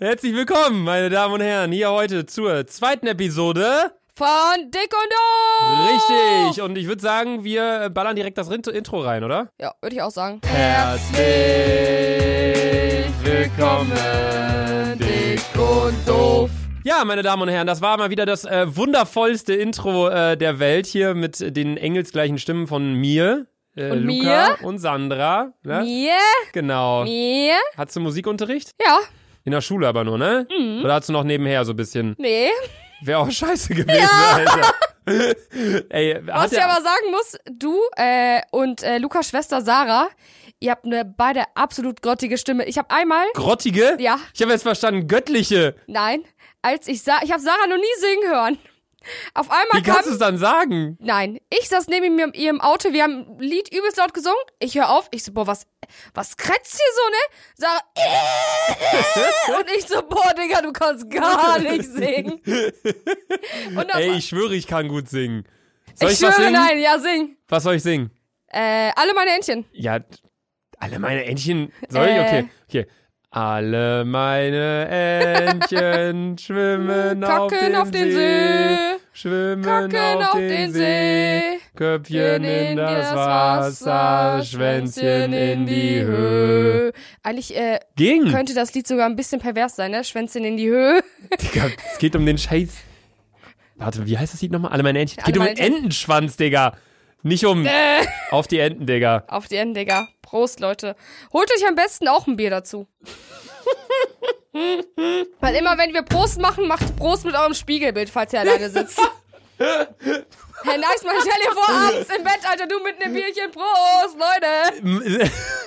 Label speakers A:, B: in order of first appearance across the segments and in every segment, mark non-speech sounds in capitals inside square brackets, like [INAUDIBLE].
A: Herzlich willkommen, meine Damen und Herren, hier heute zur zweiten Episode.
B: Von Dick und Doof!
A: Richtig. Und ich würde sagen, wir ballern direkt das Rin- Intro rein, oder?
B: Ja, würde ich auch sagen.
A: Herzlich willkommen,
B: Dick und Doof.
A: Ja, meine Damen und Herren, das war mal wieder das äh, wundervollste Intro äh, der Welt hier mit äh, den engelsgleichen Stimmen von mir. Äh,
B: Und
A: Luca und Sandra. Ne?
B: Mir?
A: Genau.
B: Mir?
A: Hattest du Musikunterricht?
B: Ja.
A: In der Schule aber nur, ne?
B: Mhm.
A: Oder hattest du noch nebenher so ein bisschen?
B: Nee.
A: Wäre auch [LAUGHS] scheiße gewesen, Alter. [LAUGHS] Ey,
B: Was
A: hat
B: ich
A: der,
B: aber sagen muss, du äh, und äh, Lukas Schwester Sarah, ihr habt eine beide absolut grottige Stimme. Ich habe einmal,
A: grottige?
B: Ja.
A: Ich habe jetzt verstanden, göttliche.
B: nein, als ich Sa ich habe Sarah noch nie singen hören. Auf einmal
A: Wie
B: kam
A: kannst du es dann sagen?
B: Nein, ich saß neben mir ihr im Auto, wir haben ein Lied übelst laut gesungen. Ich höre auf, ich so, boah, was, was kratzt hier so, ne? Sarah, äh, äh, [LAUGHS] und ich so, boah, Digga, du kannst gar nicht singen. Und dann,
A: Ey, ich schwöre, ich kann gut singen. Soll
B: ich
A: ich, was
B: schwöre,
A: singen?
B: nein, ja, sing.
A: Was soll ich singen?
B: Äh, alle meine Entchen.
A: Ja, alle meine Entchen. Soll ich?
B: Äh.
A: Okay, okay. Alle meine [LAUGHS] Entchen schwimmen auf
B: Kacken
A: den,
B: auf den
A: See,
B: See.
A: schwimmen
B: Kacken
A: auf, den See, Köpfchen in das Wasser, Schwänzchen in die Höhe.
B: Eigentlich äh,
A: Ging.
B: könnte das Lied sogar ein bisschen pervers sein, ne? Schwänzchen in die Höhe.
A: Digga, es geht um den Scheiß. Warte, wie heißt das Lied nochmal? Alle meine Entchen. Es
B: Alle
A: geht um
B: meine
A: den Entenschwanz, Digga. Nicht um
B: Äh.
A: auf die Enten, Digga.
B: Auf die Enden, Digga. Prost, Leute. Holt euch am besten auch ein Bier dazu. Weil immer, wenn wir Prost machen, macht Prost mit eurem Spiegelbild, falls ihr alleine sitzt. Hey, nice, man, stell dir vor, abends im Bett, Alter, du mit einem Bierchen. Prost,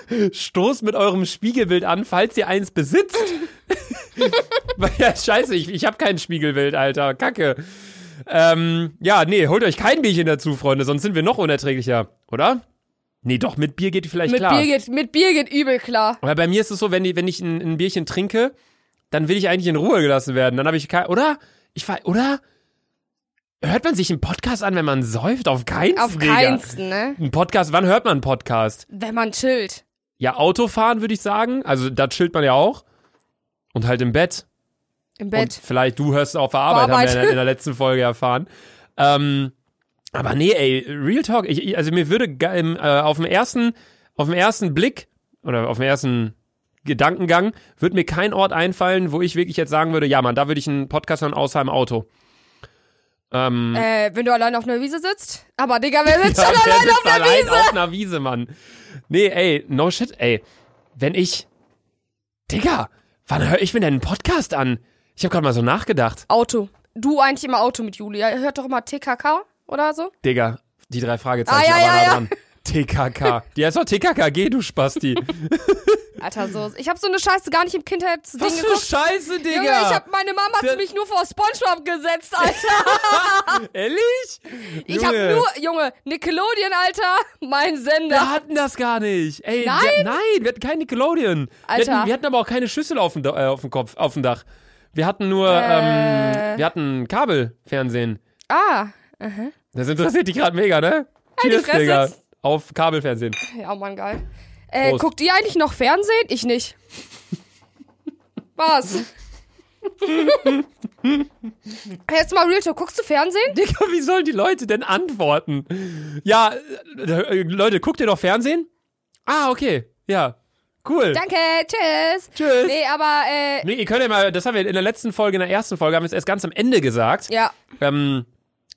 B: Leute.
A: Stoß mit eurem Spiegelbild an, falls ihr eins besitzt. [LAUGHS] Weil ja, scheiße, ich, ich habe kein Spiegelbild, Alter. Kacke. Ähm, ja, nee, holt euch kein Bierchen dazu, Freunde, sonst sind wir noch unerträglicher, oder? Nee, doch, mit Bier geht vielleicht
B: Mit
A: klar.
B: Bier, geht, mit Bier geht übel klar.
A: Aber bei mir ist es so, wenn, die, wenn ich ein, ein Bierchen trinke, dann will ich eigentlich in Ruhe gelassen werden. Dann habe ich kein, oder? Ich war, oder? Hört man sich einen Podcast an, wenn man säuft? Auf keinen
B: Auf keinsten, ne?
A: Ein Podcast, wann hört man einen Podcast?
B: Wenn man chillt.
A: Ja, Autofahren würde ich sagen. Also da chillt man ja auch. Und halt im Bett.
B: Im
A: Und
B: Bett.
A: vielleicht du hörst auf der Arbeit,
B: Arbeit.
A: haben wir in der, in der letzten Folge erfahren. Ähm, aber nee, ey, Real Talk. Ich, ich, also mir würde ge- im, äh, auf dem ersten, auf dem ersten Blick oder auf dem ersten Gedankengang würde mir kein Ort einfallen, wo ich wirklich jetzt sagen würde, ja, Mann, da würde ich einen Podcast hören außer im Auto. Ähm,
B: Äh, wenn du allein auf einer Wiese sitzt. Aber, Digga, wer sitzt
A: [LAUGHS]
B: schon
A: ja, der
B: allein
A: sitzt
B: auf einer
A: allein
B: Wiese?
A: auf einer Wiese, Mann. Nee, ey, no shit, ey. Wenn ich. Digga, wann höre ich mir denn einen Podcast an? Ich habe gerade mal so nachgedacht.
B: Auto. Du eigentlich immer Auto mit Julia. Ihr hört doch immer TKK oder so.
A: Digga, die drei Fragezeichen
B: Ah, ja,
A: aber
B: ja,
A: da
B: ja.
A: dran. [LAUGHS] TKK. Die heißt doch TKKG, du
B: [LAUGHS]
A: Spasti.
B: Alter, so, ich hab so eine Scheiße gar nicht im Kindheitsding
A: Was für
B: geguckt.
A: Scheiße, Digga.
B: Junge, ich hab, meine Mama hat
A: Der-
B: mich nur vor Spongebob
A: [LAUGHS]
B: gesetzt, Alter.
A: Ehrlich?
B: Ich hab
A: Junge,
B: nur, Junge, Nickelodeon, Alter, mein
A: Wir
B: Sender.
A: hatten das gar nicht. Ey,
B: Nein?
A: Wir, nein, wir hatten kein Nickelodeon.
B: Alter.
A: Wir hatten, wir hatten aber auch keine Schüssel auf dem, Da- äh, auf dem Kopf, auf dem Dach. Wir hatten nur,
B: Äh.
A: ähm, wir hatten Kabelfernsehen.
B: Ah,
A: Das interessiert dich gerade mega, ne?
B: Halt die
A: Cheers,
B: Fresse.
A: Digga. Auf Kabelfernsehen.
B: ja, Mann, geil. Äh,
A: Prost.
B: guckt ihr eigentlich noch Fernsehen?
A: [LAUGHS]
B: Ich nicht. Was? Jetzt mal Real Talk, guckst du Fernsehen?
A: Digga, wie sollen die Leute denn antworten? Ja, äh, äh, Leute, guckt ihr noch Fernsehen? Ah, okay. Ja. Cool.
B: Danke, tschüss.
A: Tschüss.
B: Nee, aber, äh,
A: Nee, ihr könnt ja mal, das haben wir in der letzten Folge, in der ersten Folge, haben wir es erst ganz am Ende gesagt.
B: ja.
A: Ähm,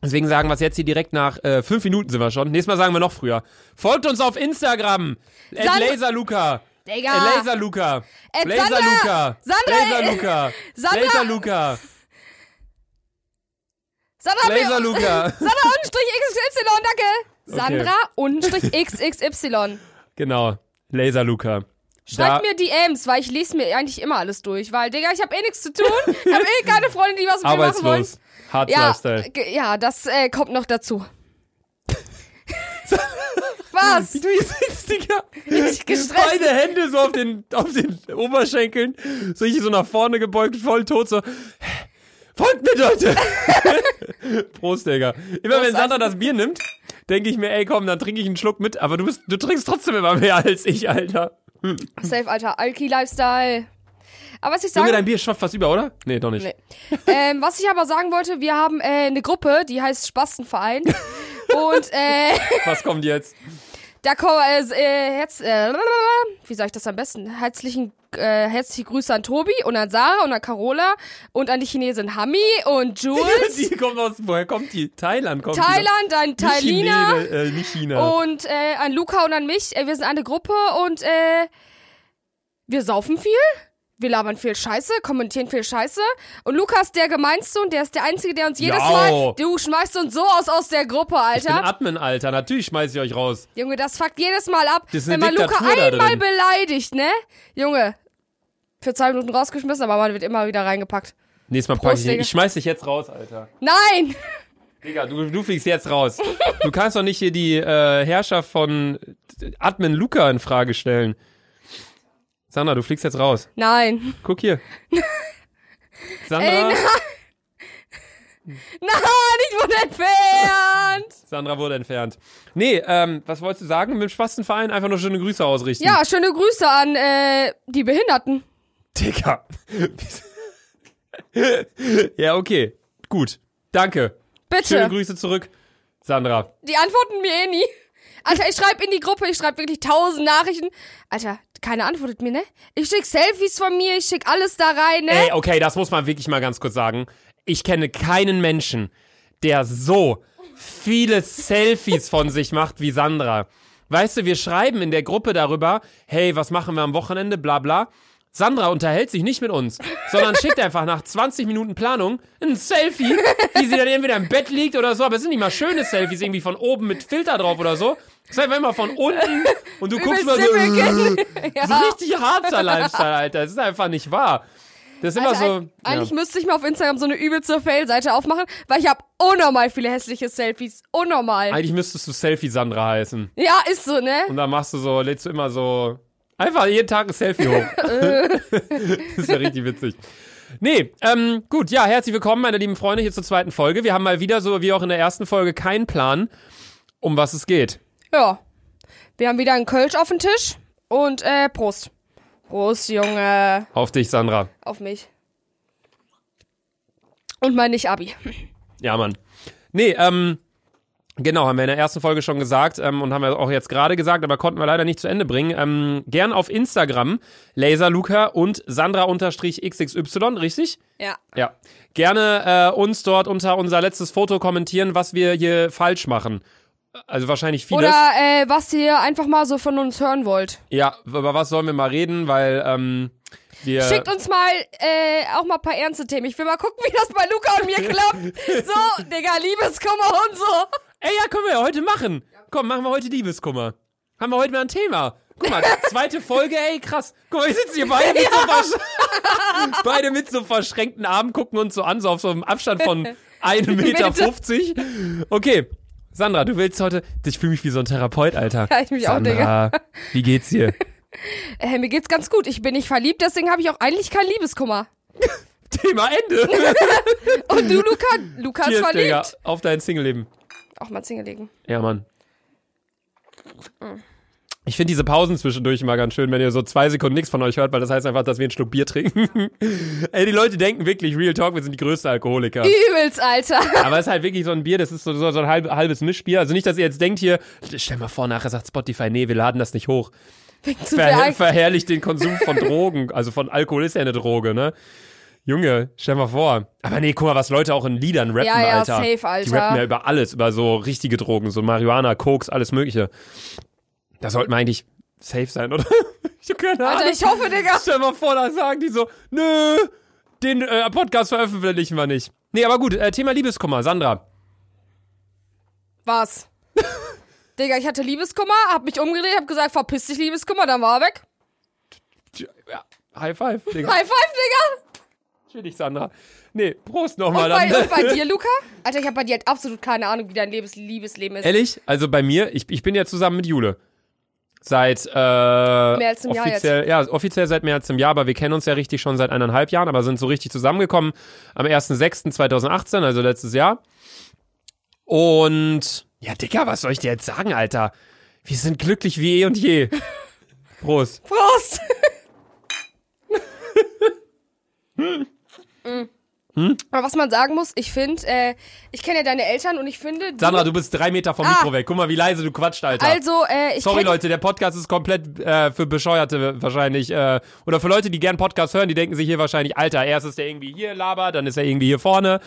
A: deswegen sagen wir es jetzt hier direkt nach äh, fünf Minuten sind wir schon. Nächstes Mal sagen wir noch früher. Folgt uns auf Instagram.
B: Sand-
A: Laserluca.
B: Digga.
A: Laserluca.
B: Ed Sandra-
A: Laserluca.
B: Sandra-
A: Laserluca.
B: Sandra-
A: Laserluca.
B: Sandra, hat mir-
A: Laserluca. [LAUGHS]
B: Sandra Unstrich XY, danke. Sandra Unstrich
A: [LAUGHS]
B: XXY.
A: Genau. Laserluca. Da-
B: Schreibt mir DMs, weil ich lese mir eigentlich immer alles durch. Weil, Digga, ich habe eh nichts zu tun. Ich habe eh keine Freunde, die was mit mir machen wollen.
A: Arbeitslos. Hard
B: Ja,
A: Lifestyle.
B: ge- ja, das äh, kommt
A: [LAUGHS]
B: noch dazu. was?
A: Du hier sitzt, Digga.
B: Ich gestresst.
A: Beide Hände so auf den, auf den Oberschenkeln. So ich so nach vorne gebeugt, voll tot, so. Folgt mir, Leute! [LAUGHS] Prost, Digga. Immer wenn
B: Prost,
A: Sandra das Bier nimmt, denke ich mir, ey, komm, dann trinke ich einen Schluck mit. Aber du, bist, du trinkst trotzdem immer mehr als ich, Alter.
B: Safe, Alter. Alki-Lifestyle. Aber was ich
A: Junge,
B: sagen
A: dein Bier schafft fast über, oder? Nee, doch nicht.
B: Nee. ähm, was ich aber sagen wollte, wir haben äh, eine Gruppe, die heißt
A: [LAUGHS]
B: Spastenverein. Und äh,
A: Was kommt
B: [LAUGHS]
A: jetzt?
B: da kommen äh, äh, herz, äh, wie sage ich das am besten? Herzlichen äh, herzliche Grüße an Tobi und an Sarah und an Carola und an die Chinesin Hami
A: [LAUGHS]
B: und Jules,
A: Die kommt aus, woher kommt die? Thailand kommt
B: Thailand, an
A: die. Nicht
B: Thailina
A: Chine- äh, nicht China.
B: und äh, an Luca und an mich. Äh, wir sind eine Gruppe und äh, wir saufen viel. Wir labern viel Scheiße, kommentieren viel Scheiße. Und Luca ist der Gemeinste und der ist der Einzige, der uns jedes
A: Jau.
B: Mal. Du schmeißt uns so aus aus der Gruppe,
A: Ich bin
B: Alter.
A: Admin, Alter. Natürlich schmeiß ich euch raus.
B: Junge, das fuckt jedes Mal ab.
A: Das ist
B: Wenn
A: eine
B: man Luca
A: Diktatur da
B: einmal
A: drin.
B: beleidigt, ne? Junge. Für zwei Minuten rausgeschmissen, aber man wird immer wieder reingepackt.
A: Nächstes Mal pack ich dich.
B: Digga.
A: Ich schmeiß dich jetzt raus, Alter.
B: Nein!
A: Digga, du, du fliegst jetzt raus. Du kannst doch nicht hier die äh, Herrschaft von Admin Luca in Frage stellen. Sandra, du fliegst jetzt raus.
B: Nein. [LAUGHS]
A: Guck hier. Sandra,
B: Ey, Nein, ich wurde entfernt!
A: Sandra wurde entfernt. Nee, ähm, was wolltest du sagen? Mit dem Spastenverein einfach nur schöne Grüße ausrichten.
B: Ja, schöne Grüße an äh, die Behinderten.
A: Digga. [LAUGHS] ja, okay. Gut. Danke.
B: Bitte.
A: Schöne Grüße zurück, Sandra.
B: Die antworten mir eh nie. Alter, ich schreibe in die Gruppe, ich schreibe wirklich tausend Nachrichten. Alter, keiner antwortet mir, ne? Ich schick Selfies von mir, ich schick alles da rein, ne?
A: Ey, okay, das muss man wirklich mal ganz kurz sagen. Ich kenne keinen Menschen, der so viele Selfies von sich macht wie Sandra. Weißt du, wir schreiben in der Gruppe darüber, hey, was machen wir am Wochenende, bla bla. Sandra unterhält sich nicht mit uns, sondern schickt einfach nach 20 Minuten Planung ein Selfie, wie sie dann entweder im Bett liegt oder so, aber es sind nicht mal schöne Selfies, irgendwie von oben mit Filter drauf oder so. Es ist einfach immer von unten und du guckst mal so, [LAUGHS]
B: [LAUGHS] ja.
A: so richtig harzer Lifestyle, Alter. Das ist einfach nicht wahr. Das ist immer
B: Alter,
A: so.
B: eig- Also, eigentlich
A: Also, ja.
B: müsste ich mal auf Instagram so eine übelste Fail-Seite aufmachen, weil ich habe unnormal viele hässliche Selfies. Unnormal.
A: eigentlich müsstest du Selfie Sandra heißen.
B: ja, ist so, ne?
A: Und dann machst du so, lädst du immer so. Einfach jeden Tag ein Selfie
B: [LAUGHS]
A: hoch. [LAUGHS] das ist ja richtig witzig. Nee, ähm, gut, ja, herzlich willkommen, meine lieben Freunde, hier zur zweiten Folge. Wir haben mal wieder, so wie auch in der ersten Folge, keinen Plan, um was es geht.
B: Ja. Wir haben wieder einen Kölsch auf dem Tisch und äh, Prost. Prost, Junge.
A: Auf dich, Sandra.
B: Auf mich. Und mein Nicht-Abi.
A: Ja, Mann. Nee, ähm, genau, haben wir in der ersten Folge schon gesagt ähm, und haben wir auch jetzt gerade gesagt, aber konnten wir leider nicht zu Ende bringen. Ähm, gern auf Instagram, laserluca und sandra-xxy, richtig?
B: Ja.
A: Ja. Gerne äh, uns dort unter unser letztes Foto kommentieren, was wir hier falsch machen. Also wahrscheinlich vieles.
B: Oder äh, was ihr einfach mal so von uns hören wollt.
A: ja, über was sollen wir mal reden, weil ähm, wir...
B: Schickt uns mal äh, auch mal ein paar ernste Themen. Ich will mal gucken, [LAUGHS] wie das bei Luca und mir klappt. So, Digga, Liebeskummer und so.
A: Ey, ja, können wir ja heute machen. Komm, machen wir heute Liebeskummer. Haben wir heute mal ein Thema. Guck
B: [LAUGHS]
A: mal, zweite Folge, ey, krass. Guck mal, wir sitzen hier beide mit, so, versch [LAUGHS] beide mit so verschränkten Armen, gucken uns so an, so auf so einem Abstand
B: [LAUGHS]
A: von 1,50 Meter. Okay, Sandra, du willst heute... Ich fühle mich wie so ein Therapeut, Alter.
B: Ja, ich mich auch,
A: Sandra, wie geht's
B: [LAUGHS]
A: dir?
B: Äh, mir geht's ganz gut. Ich bin nicht verliebt, deswegen habe ich auch eigentlich kein Liebeskummer.
A: Thema Ende.
B: Und du,
A: [LAUGHS]
B: Luca? Luca ist
A: Cheers, Digga,
B: verliebt.
A: auf dein Single-Leben.
B: Auch mal Single legen.
A: Ja, Mann. Ich finde diese Pausen zwischendurch immer ganz schön, wenn ihr so zwei Sekunden nichts von euch hört, weil das heißt einfach, dass wir einen Schluck Bier trinken. [LAUGHS] Ey, die Leute denken wirklich, Real Talk, wir sind die größten Alkoholiker.
B: Übelst, Alter. [LAUGHS]
A: Aber es ist halt wirklich so ein Bier, das ist so, so, so ein halb, halbes Mischbier. Also nicht, dass ihr jetzt denkt hier, stell mal vor, nachher sagt Spotify, nee, wir laden das nicht hoch.
B: Zu
A: [LAUGHS]
B: viel
A: Verher
B: Alk-
A: verherrlicht den Konsum von Drogen. Also von Alkohol ist ja eine Droge, ne? Junge, stell mal vor. Aber nee, guck mal, was Leute auch in Liedern rappen,
B: Ja, ja,
A: Alter.
B: safe, Alter.
A: Die rappen ja über alles, über so richtige Drogen, so Marihuana, Koks, alles mögliche. Da sollten wir eigentlich safe sein, oder? [LAUGHS] Ich hab keine Ahnung.
B: Alter, ich hoffe, Digga.
A: Stell mal vor, da sagen die so, nö, den äh, Podcast veröffentlichen wir nicht. Nee, aber gut, äh, Thema Liebeskummer, Sandra.
B: Was? Digga, ich hatte Liebeskummer, hab mich umgedreht, hab gesagt, verpiss dich, Liebeskummer, dann war er weg.
A: Ja, High five, Digga.
B: High five, Digga.
A: Chill dich, Sandra. Nee, Prost
B: Und
A: nochmal.
B: bei,
A: dann-
B: und bei
A: [LAUGHS]
B: dir, Luca? Alter, ich habe bei dir halt absolut keine Ahnung, wie dein Lebens Liebesleben ist.
A: Ehrlich, also bei mir, ich, ich bin ja zusammen mit Jule. Seit äh, mehr
B: als einem Jahr
A: offiziell, Jahr jetzt. ja, offiziell seit mehr als einem Jahr, aber wir kennen uns ja richtig schon seit eineinhalb Jahren, aber sind so richtig zusammengekommen am 1.6.2018, also letztes Jahr.
B: [LAUGHS]
A: Und ja, Dicker, was soll ich dir jetzt sagen, Alter? Wir sind glücklich wie eh und je. Prost.
B: Prost! [LAUGHS]
A: Hm?
B: Mhm. Aber was man sagen muss, ich finde, äh, ich kenne ja deine Eltern und ich finde. die-
A: Sandra, du bist drei Meter vom
B: Ah.
A: Mikro weg. Guck mal, wie leise du quatscht, Alter.
B: Also, äh, ich
A: Sorry,
B: kenn-
A: Leute, der Podcast ist komplett äh, für Bescheuerte wahrscheinlich. Äh, oder für Leute, die gern Podcast hören, die denken sich hier wahrscheinlich, Alter, erst ist der irgendwie hier laber, dann ist er irgendwie hier vorne.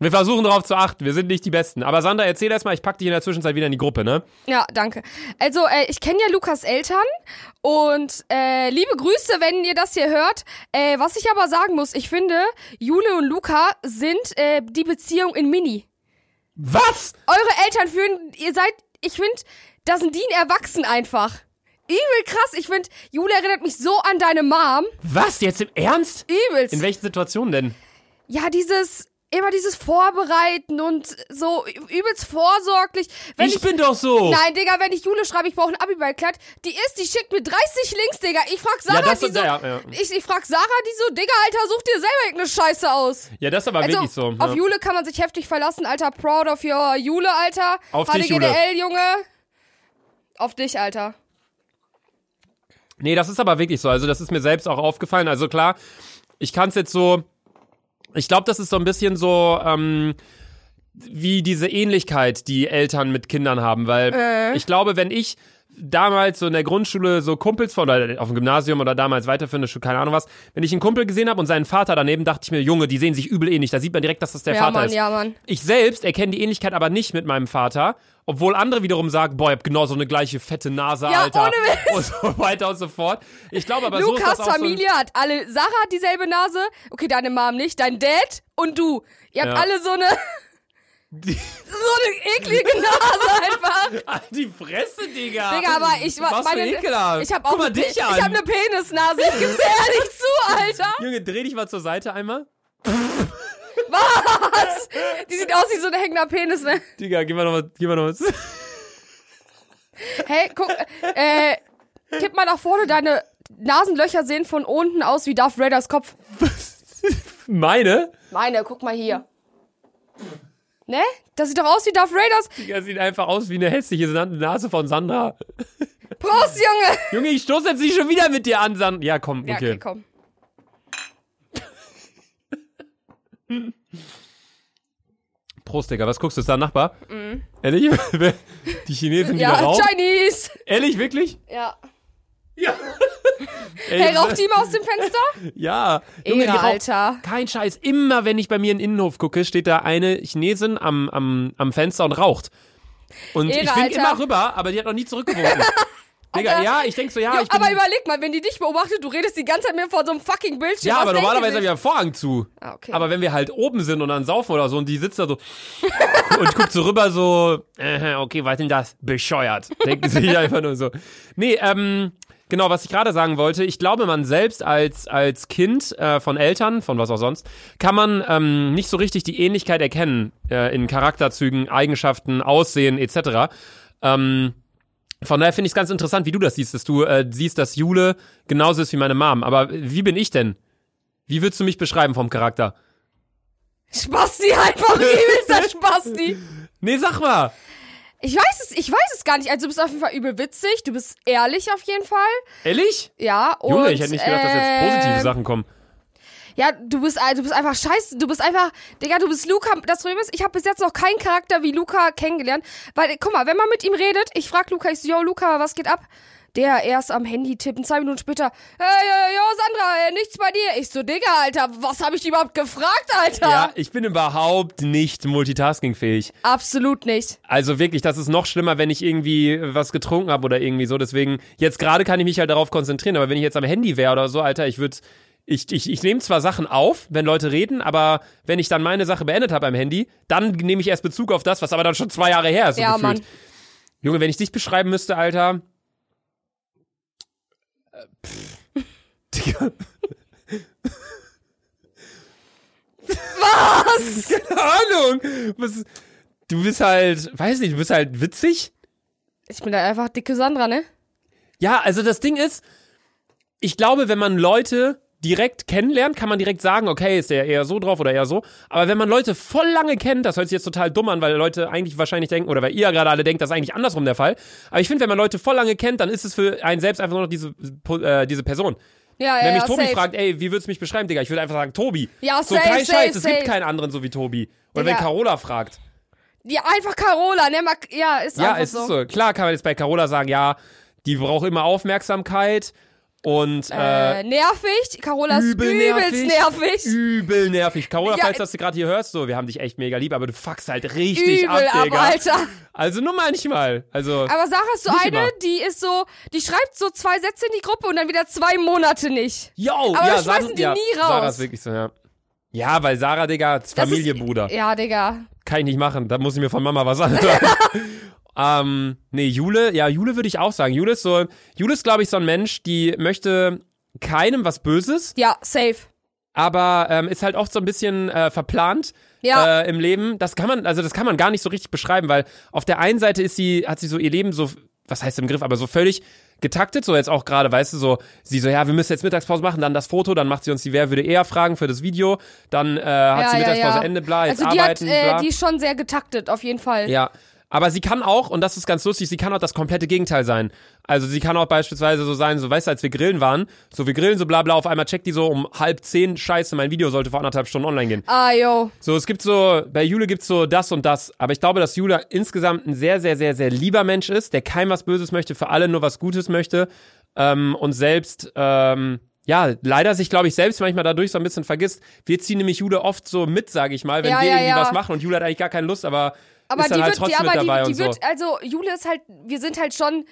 A: Wir versuchen darauf zu achten, wir sind nicht die Besten. Aber Sandra, erzähl erst mal, ich pack dich in der Zwischenzeit wieder in die Gruppe, ne?
B: Ja, danke. Also, äh, ich kenne ja Lukas Eltern und äh, liebe Grüße, wenn ihr das hier hört. Äh, was ich aber sagen muss, ich finde, Jule und Luca sind äh, die Beziehung in Mini.
A: Was?
B: Eure Eltern führen, ihr seid, ich finde, da sind die ein Erwachsen einfach. Übel krass, ich finde, Jule erinnert mich so an deine Mom.
A: Was? Jetzt im Ernst?
B: Übelst.
A: In welchen Situationen denn?
B: ja, dieses, immer dieses Vorbereiten und so übelst vorsorglich. Wenn
A: ich, bin doch so.
B: Nein, Digga, wenn ich Jule schreibe, ich brauche ein Abiballkleid. Die ist, die schickt mir 30 Links, Digga. Ich frag Sarah,
A: Ja, das
B: die
A: ist-
B: so.
A: ja, ja.
B: Ich, ich frag Sarah, die so, Digga, Alter, such dir selber irgendeine Scheiße aus.
A: Ja, das ist aber
B: Also,
A: wirklich so.
B: auf
A: ja.
B: Jule kann man sich heftig verlassen, Alter. Proud of your Jule, Alter.
A: Auf dich,
B: HDGDL, Junge. Auf dich, Alter.
A: Nee, das ist aber wirklich so. Also, das ist mir selbst auch aufgefallen. Also, klar, ich kann es jetzt so. Ich glaube, das ist so ein bisschen so ähm, wie diese Ähnlichkeit, die Eltern mit Kindern haben, weil
B: Äh.
A: ich glaube, wenn ich damals so in der Grundschule so Kumpels von oder auf dem Gymnasium oder damals weiterführende Schule, keine Ahnung was, wenn ich einen Kumpel gesehen habe und seinen Vater daneben, dachte ich mir, Junge, die sehen sich übel ähnlich. Da sieht man direkt, dass das der
B: Ja,
A: Vater
B: Mann,
A: ist.
B: ja, Mann.
A: Ich selbst erkenne die Ähnlichkeit aber nicht mit meinem Vater, obwohl andere wiederum sagen, boah, ich hab genau so eine gleiche fette Nase,
B: Ja,
A: Alter.
B: ohne Witz.
A: und so weiter und so fort. Ich glaube aber so ist
B: Lukas
A: das auch [LAUGHS]
B: Familie hat alle. Sarah hat dieselbe Nase. Okay, deine Mom nicht. Dein Dad und du. Ihr habt
A: Ja.
B: alle
A: [LAUGHS]
B: so eine.
A: Die-
B: so eine eklige Nase einfach.
A: So ein, die Fresse, Digga.
B: Digga, aber ich war
A: Was
B: meine,
A: für ekelhaft.
B: ich habe auch
A: Guck mal
B: eine Pe-
A: dich an.
B: ich habe eine Penisnase. Ich gib's dir
A: [LAUGHS]
B: ehrlich zu, Alter.
A: Junge, dreh dich mal zur Seite einmal.
B: Die sieht aus wie so ein hängender Penis, ne?
A: Digga, geh mal nochmal, geh mal nochmal.
B: Hey, guck äh kipp mal nach vorne, deine Nasenlöcher sehen von unten aus wie Darth Raiders Kopf.
A: [LAUGHS] Meine?
B: Meine, guck mal hier. Ne? Das sieht doch aus wie Darth Raiders.
A: Digga, sieht einfach aus wie eine hässliche San- Nase von Sandra.
B: Prost, Junge.
A: Junge, ich stoße jetzt nicht schon wieder mit dir an, Sandra. Ja, komm, okay.
B: Ja, okay, komm.
A: Prost, Digga, was guckst du? Ist da ein Nachbar? Ehrlich? [LAUGHS] Die Chinesen, die da
B: Mhm. Ja,
A: rauchen?
B: Chinese.
A: Ehrlich, wirklich?
B: Ja.
A: Ja. Ey,
B: Hey, raucht die mal aus dem Fenster?
A: [LAUGHS] Ja. die
B: Ehre,
A: raucht-
B: Alter.
A: Kein Scheiß. Immer wenn ich bei mir in den Innenhof gucke, steht da eine Chinesin am, am, am Fenster und raucht. Und
B: Ehre,
A: ich wink
B: Alter.
A: immer rüber, aber die hat noch nie zurückgewunken.
B: [LAUGHS]
A: Digga, ja, ich denk so, ja,
B: Ja,
A: ich bin...
B: aber überleg mal, wenn die dich beobachtet, du redest die ganze Zeit mit vor so einem fucking Bildschirm.
A: ja,
B: Was
A: aber
B: denkt die
A: normalerweise
B: sich?
A: habe ich ja einen Vorhang zu.
B: Ah, okay.
A: Aber wenn wir halt oben sind und dann saufen oder so und die sitzt da so [LAUGHS] und guckt so rüber so, äh, okay, was ist denn das? Bescheuert. Denken sich einfach nur so. Nee, ähm, genau, was ich gerade sagen wollte, ich glaube, man selbst als, als Kind äh, von Eltern, von was auch sonst, kann man ähm, nicht so richtig die Ähnlichkeit erkennen äh, in Charakterzügen, Eigenschaften, Aussehen etc. Ähm, von daher finde ich es ganz interessant, wie du das siehst, dass du äh, siehst, dass Jule genauso ist wie meine Mom. Aber wie bin ich denn? Wie würdest du mich beschreiben vom Charakter? [LAUGHS]
B: Spasti einfach übelster Spasti.
A: Nee, sag mal.
B: Ich weiß es, ich weiß es gar nicht. Also du bist auf jeden Fall übel witzig, du bist ehrlich auf jeden Fall.
A: Ehrlich?
B: Ja, und
A: Junge, ich hätte nicht gedacht, dass jetzt positive
B: ähm,
A: Sachen kommen.
B: Ja, du bist äh, du bist einfach scheiße, du bist einfach Digga, du bist Luca, das Problem ist, ich habe bis jetzt noch keinen Charakter wie Luca kennengelernt, weil äh, guck mal, wenn man mit ihm redet, ich frag Luca, ich so, yo Luca, was geht ab? Der erst am Handy tippen, zwei Minuten später, hey, yo, yo, Sandra, äh, nichts bei dir. Ich so, Digga, Alter, was habe ich die überhaupt gefragt, Alter?
A: Ja, ich bin überhaupt nicht multitaskingfähig.
B: Absolut nicht.
A: Also wirklich, das ist noch schlimmer, wenn ich irgendwie was getrunken habe oder irgendwie so. Deswegen, jetzt gerade kann ich mich halt darauf konzentrieren, aber wenn ich jetzt am Handy wäre oder so, Alter, ich würde. Ich, ich, ich nehme zwar Sachen auf, wenn Leute reden, aber wenn ich dann meine Sache beendet habe am Handy, dann nehme ich erst Bezug auf das, was aber dann schon zwei Jahre her ist. So
B: ja,
A: gefühlt.
B: Mann.
A: Junge, wenn ich dich beschreiben müsste, Alter. Äh, pff. [LAUGHS] Digga.
B: Was?
A: Keine Ahnung. Was, du bist halt, weiß nicht, du bist halt witzig.
B: Ich bin da einfach dicke Sandra, ne?
A: Ja, also das Ding ist, ich glaube, wenn man Leute, direkt kennenlernt, kann man direkt sagen, okay, ist der eher so drauf oder eher so. Aber wenn man Leute voll lange kennt, das hört sich jetzt total dumm an, weil Leute eigentlich wahrscheinlich denken, oder weil ihr ja gerade alle denkt, das ist eigentlich andersrum der Fall. Aber ich finde, wenn man Leute voll lange kennt, dann ist es für einen selbst einfach nur noch diese, äh, diese Person.
B: Ja, ja,
A: Wenn mich
B: ja,
A: Tobi
B: safe.
A: fragt, ey, wie würdest du mich beschreiben, Digga? Ich würde einfach sagen, Tobi.
B: Ja,
A: so
B: safe,
A: kein
B: safe,
A: Scheiß, es
B: safe.
A: gibt keinen anderen so wie Tobi. Oder wenn
B: Digga.
A: Carola fragt.
B: Ja, einfach Carola, ne? Mag- Ja, ist
A: Ja,
B: einfach
A: es
B: so.
A: ist so. Klar kann man jetzt bei Carola sagen, ja, die braucht immer Aufmerksamkeit und äh,
B: Äh, nervig. Carola ist
A: übel
B: übelst nervig.
A: Übel nervig. Carola,
B: Ja, äh,
A: falls das du gerade hier hörst, so, wir haben dich echt mega lieb, aber du fuckst halt richtig
B: Übel,
A: ab,
B: aber
A: Digga.
B: Alter.
A: Also nur manchmal. Also,
B: Aber Sarah ist so
A: Nicht
B: eine,
A: immer.
B: die ist so, die schreibt so zwei Sätze in die Gruppe und dann wieder zwei Monate nicht.
A: yo,
B: aber
A: ja,
B: wir schmeißen
A: Sam-
B: die
A: ja,
B: nie
A: Sarah
B: raus.
A: ist wirklich so, ja. Ja, weil Sarah, Digga,
B: Das
A: Familie,
B: ist,
A: Bruder.
B: Ja, Digga.
A: Kann ich nicht machen. Da muss ich mir von Mama was anhören.
B: [LAUGHS]
A: ähm, nee, Jule, ja, Jule würde ich auch sagen. Jule ist so, Jule ist, glaube ich, so ein Mensch, die möchte keinem was Böses,
B: Ja, safe.
A: aber ähm, ist halt oft so ein bisschen äh, verplant
B: Ja.
A: äh, im Leben. Das kann man, also das kann man gar nicht so richtig beschreiben, weil auf der einen Seite ist sie, hat sie so ihr Leben so, was heißt im Griff, aber so völlig getaktet, so jetzt auch gerade, weißt du, so, sie so, ja, wir müssen jetzt Mittagspause machen, dann das Foto, dann macht sie uns die Wer würde eher fragen für das Video, dann äh, hat
B: ja,
A: sie
B: ja,
A: Mittagspause
B: ja.
A: Ende, bla, jetzt
B: also die
A: arbeiten,
B: hat, äh,
A: bla.
B: die ist schon sehr getaktet, auf jeden Fall.
A: Ja. Aber sie kann auch, und das ist ganz lustig, sie kann auch das komplette Gegenteil sein. Also sie kann auch beispielsweise so sein, so weißt du, als wir grillen waren, so wir grillen, so bla bla, auf einmal checkt die so um halb zehn, scheiße, mein Video sollte vor anderthalb Stunden online gehen.
B: Ah, yo.
A: So, es gibt so, bei Jule gibt's so das und das, aber ich glaube, dass Jule insgesamt ein sehr, sehr, sehr, sehr lieber Mensch ist, der kein was Böses möchte, für alle nur was Gutes möchte ähm, und selbst, ähm, ja, leider sich, glaube ich, selbst manchmal dadurch so ein bisschen vergisst. Wir ziehen nämlich Jule oft so mit, sage ich mal, wenn
B: Ja,
A: wir
B: ja,
A: irgendwie
B: ja.
A: was machen und Jule hat eigentlich gar keine Lust, aber,
B: Aber
A: ist dann
B: die
A: halt
B: wird, die,
A: trotzdem
B: aber
A: mit dabei
B: die,
A: und
B: die wird,
A: so.
B: also Jule ist halt, wir sind halt schon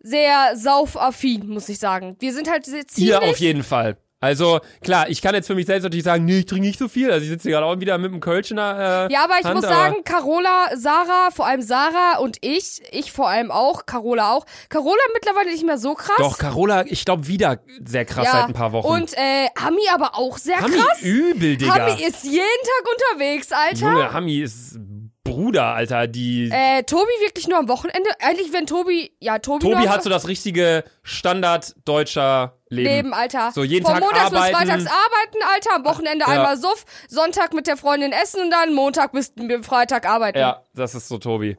B: sehr saufaffin, muss ich sagen. Wir sind halt sehr
A: Ihr
B: ziemlich.
A: auf jeden Fall. Also klar, ich kann jetzt für mich selbst natürlich sagen, nee, ich trinke nicht so viel. Also ich sitze hier gerade auch wieder mit dem Kölsch in der, äh,
B: Ja, aber ich
A: Hand,
B: muss sagen, Carola, Sarah, vor allem Sarah und ich, ich vor allem auch, Carola auch. Carola mittlerweile nicht mehr so krass.
A: Doch, Carola, ich glaube wieder sehr krass
B: ja.
A: seit ein paar Wochen.
B: Und äh, Hami aber auch sehr
A: Hami
B: krass.
A: übel, Digga.
B: Hami ist jeden Tag unterwegs, Alter.
A: Junge, Hami ist Bruder, Alter. Die
B: Äh, Tobi wirklich nur am Wochenende. Eigentlich, wenn Tobi, ja, Tobi,
A: Tobi
B: nur
A: hat so das richtige Standarddeutscher Leben.
B: Leben, Alter.
A: So jeden
B: Von
A: Tag
B: Montags bis
A: arbeiten.
B: Freitags arbeiten, Alter. Am Wochenende
A: Ja.
B: einmal Suff, Sonntag mit der Freundin essen und dann Montag bis Freitag arbeiten.
A: Ja, das ist so Tobi.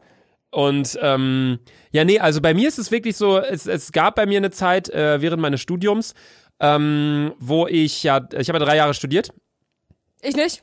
A: Und ähm, ja, nee, also bei mir ist es wirklich so, es, es gab bei mir eine Zeit äh, während meines Studiums, ähm, wo ich ja, ich habe ja drei Jahre studiert
B: Ich nicht?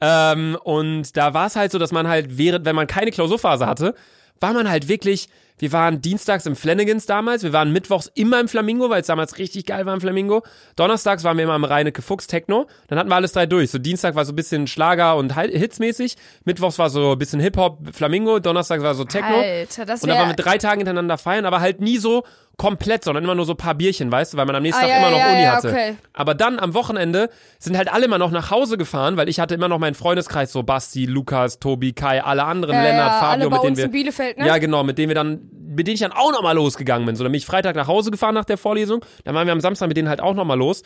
A: Ähm, und da war es halt so, dass man halt während, wenn man keine Klausurphase hatte, war man halt wirklich, wir waren dienstags im Flanagans damals, wir waren mittwochs immer im Flamingo, weil es damals richtig geil war im Flamingo. Donnerstags waren wir immer am Reinecke Fuchs Techno, dann hatten wir alles drei durch. So Dienstag war so ein bisschen Schlager und Hi- Hitsmäßig, mittwochs war so ein bisschen Hip-Hop, Flamingo, Donnerstags war so Techno.
B: Alter, das
A: Und dann waren wir
B: wäre...
A: drei Tage hintereinander feiern, aber halt nie so komplett, sondern immer nur so ein paar Bierchen, weißt du, weil man am nächsten
B: Ah,
A: Tag
B: ja,
A: immer noch
B: ja,
A: Uni
B: ja,
A: hatte.
B: okay.
A: Aber dann am Wochenende sind halt alle immer noch nach Hause gefahren, weil ich hatte immer noch meinen Freundeskreis, so Basti, Lukas, Tobi, Kai, alle anderen,
B: Ja,
A: Lennart,
B: ja,
A: Fabio,
B: Äh, alle bei
A: mit denen
B: uns
A: wir.
B: in Bielefeld, ne?
A: Ja, genau, mit denen wir dann, mit denen ich dann auch nochmal losgegangen bin. So, dann bin ich Freitag nach Hause gefahren nach der Vorlesung, dann waren wir am Samstag mit denen halt auch nochmal los.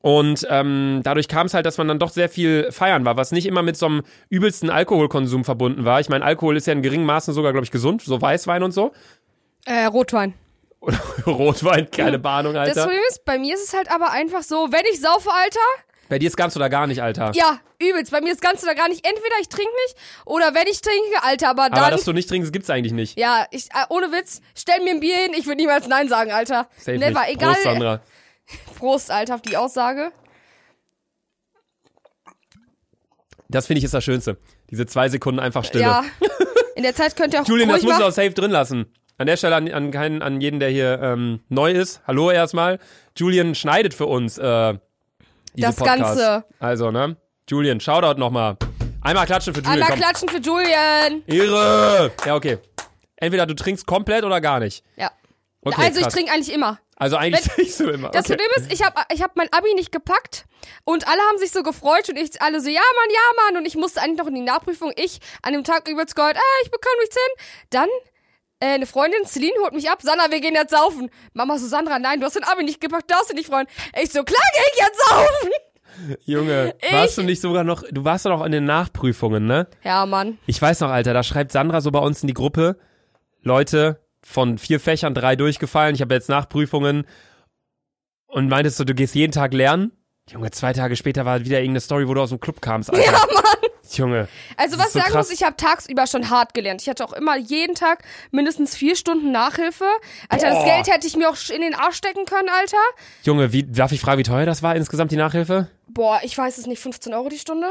A: Und ähm, dadurch kam es halt, dass man dann doch sehr viel feiern war, was nicht immer mit so einem übelsten Alkoholkonsum verbunden war. Ich meine, Alkohol ist ja in geringem Maßen sogar, glaube ich, gesund, so Weißwein und so. [LAUGHS]
B: Äh, Rotwein.
A: Rotwein, keine Bahnung,
B: Das
A: Alter.
B: Problem ist, bei mir ist es halt aber einfach so, wenn ich saufe, Alter,
A: Bei dir ist ganz oder gar nicht, Alter.
B: ja, übelst. Bei mir ist ganz oder gar nicht. Entweder ich trinke nicht oder wenn ich trinke, Alter, aber dann.
A: Aber dass du nicht trinkst, gibt's eigentlich nicht.
B: ja, ich, äh, ohne Witz, stell mir ein Bier hin, ich würde niemals Nein sagen, Alter.
A: Safe
B: Never,
A: nicht.
B: egal.
A: Prost, Sandra.
B: Prost, Alter, auf die Aussage.
A: Das finde ich ist das Schönste. Diese zwei Sekunden einfach Stille.
B: Ja. In der Zeit könnt ihr
A: [LAUGHS]
B: auch
A: Julian, das
B: ruhig
A: musst du
B: machen.
A: auch safe drin lassen. An der Stelle an, an, keinen, an jeden, der hier ähm, neu ist. Hallo erstmal. Julian schneidet für uns äh, diese
B: Das
A: Podcasts.
B: Ganze.
A: Also, ne? Julian, Shoutout nochmal. Einmal klatschen für Julian.
B: Einmal
A: komm.
B: klatschen für Julian.
A: Irre! Ja, okay. Entweder du trinkst komplett oder gar nicht.
B: Ja.
A: Okay,
B: also ich
A: krass.
B: trinke eigentlich immer.
A: Also eigentlich [LAUGHS] trinkst du immer.
B: Das
A: okay.
B: Problem ist, ich habe ich hab mein Abi nicht gepackt und alle haben sich so gefreut und ich alle so, ja Mann, ja Mann. Und ich musste eigentlich noch in die Nachprüfung. Ich an dem Tag übelst geheult, ah, ich bekomme nichts hin. Dann äh, eine Freundin, Celine, holt mich ab. Sandra, wir gehen jetzt saufen. Mama so, Sandra, nein, du hast dein Abi nicht gepackt, darfst du nicht freuen. Ich so, klar gehe ich jetzt saufen.
A: Junge,
B: Ich-
A: warst du nicht sogar noch, du warst doch noch in den Nachprüfungen, ne?
B: Ja, Mann.
A: Ich weiß noch, Alter, da schreibt Sandra so bei uns in die Gruppe, Leute, von vier Fächern drei durchgefallen, ich habe jetzt Nachprüfungen und meintest so, du gehst jeden Tag lernen. Junge, zwei Tage später war wieder irgendeine Story, wo du aus dem Club kamst, Alter.
B: Ja, Mann.
A: Junge.
B: Also
A: Das
B: was
A: ist so
B: sagen
A: krass.
B: muss, ich habe tagsüber schon hart gelernt. Ich hatte auch immer jeden Tag mindestens vier Stunden Nachhilfe. Alter,
A: Boah.
B: das Geld hätte ich mir auch sch- in den Arsch stecken können, Alter.
A: Junge, wie, darf ich fragen, wie teuer das war insgesamt, die Nachhilfe?
B: Boah, ich weiß es nicht, 15 Euro die Stunde?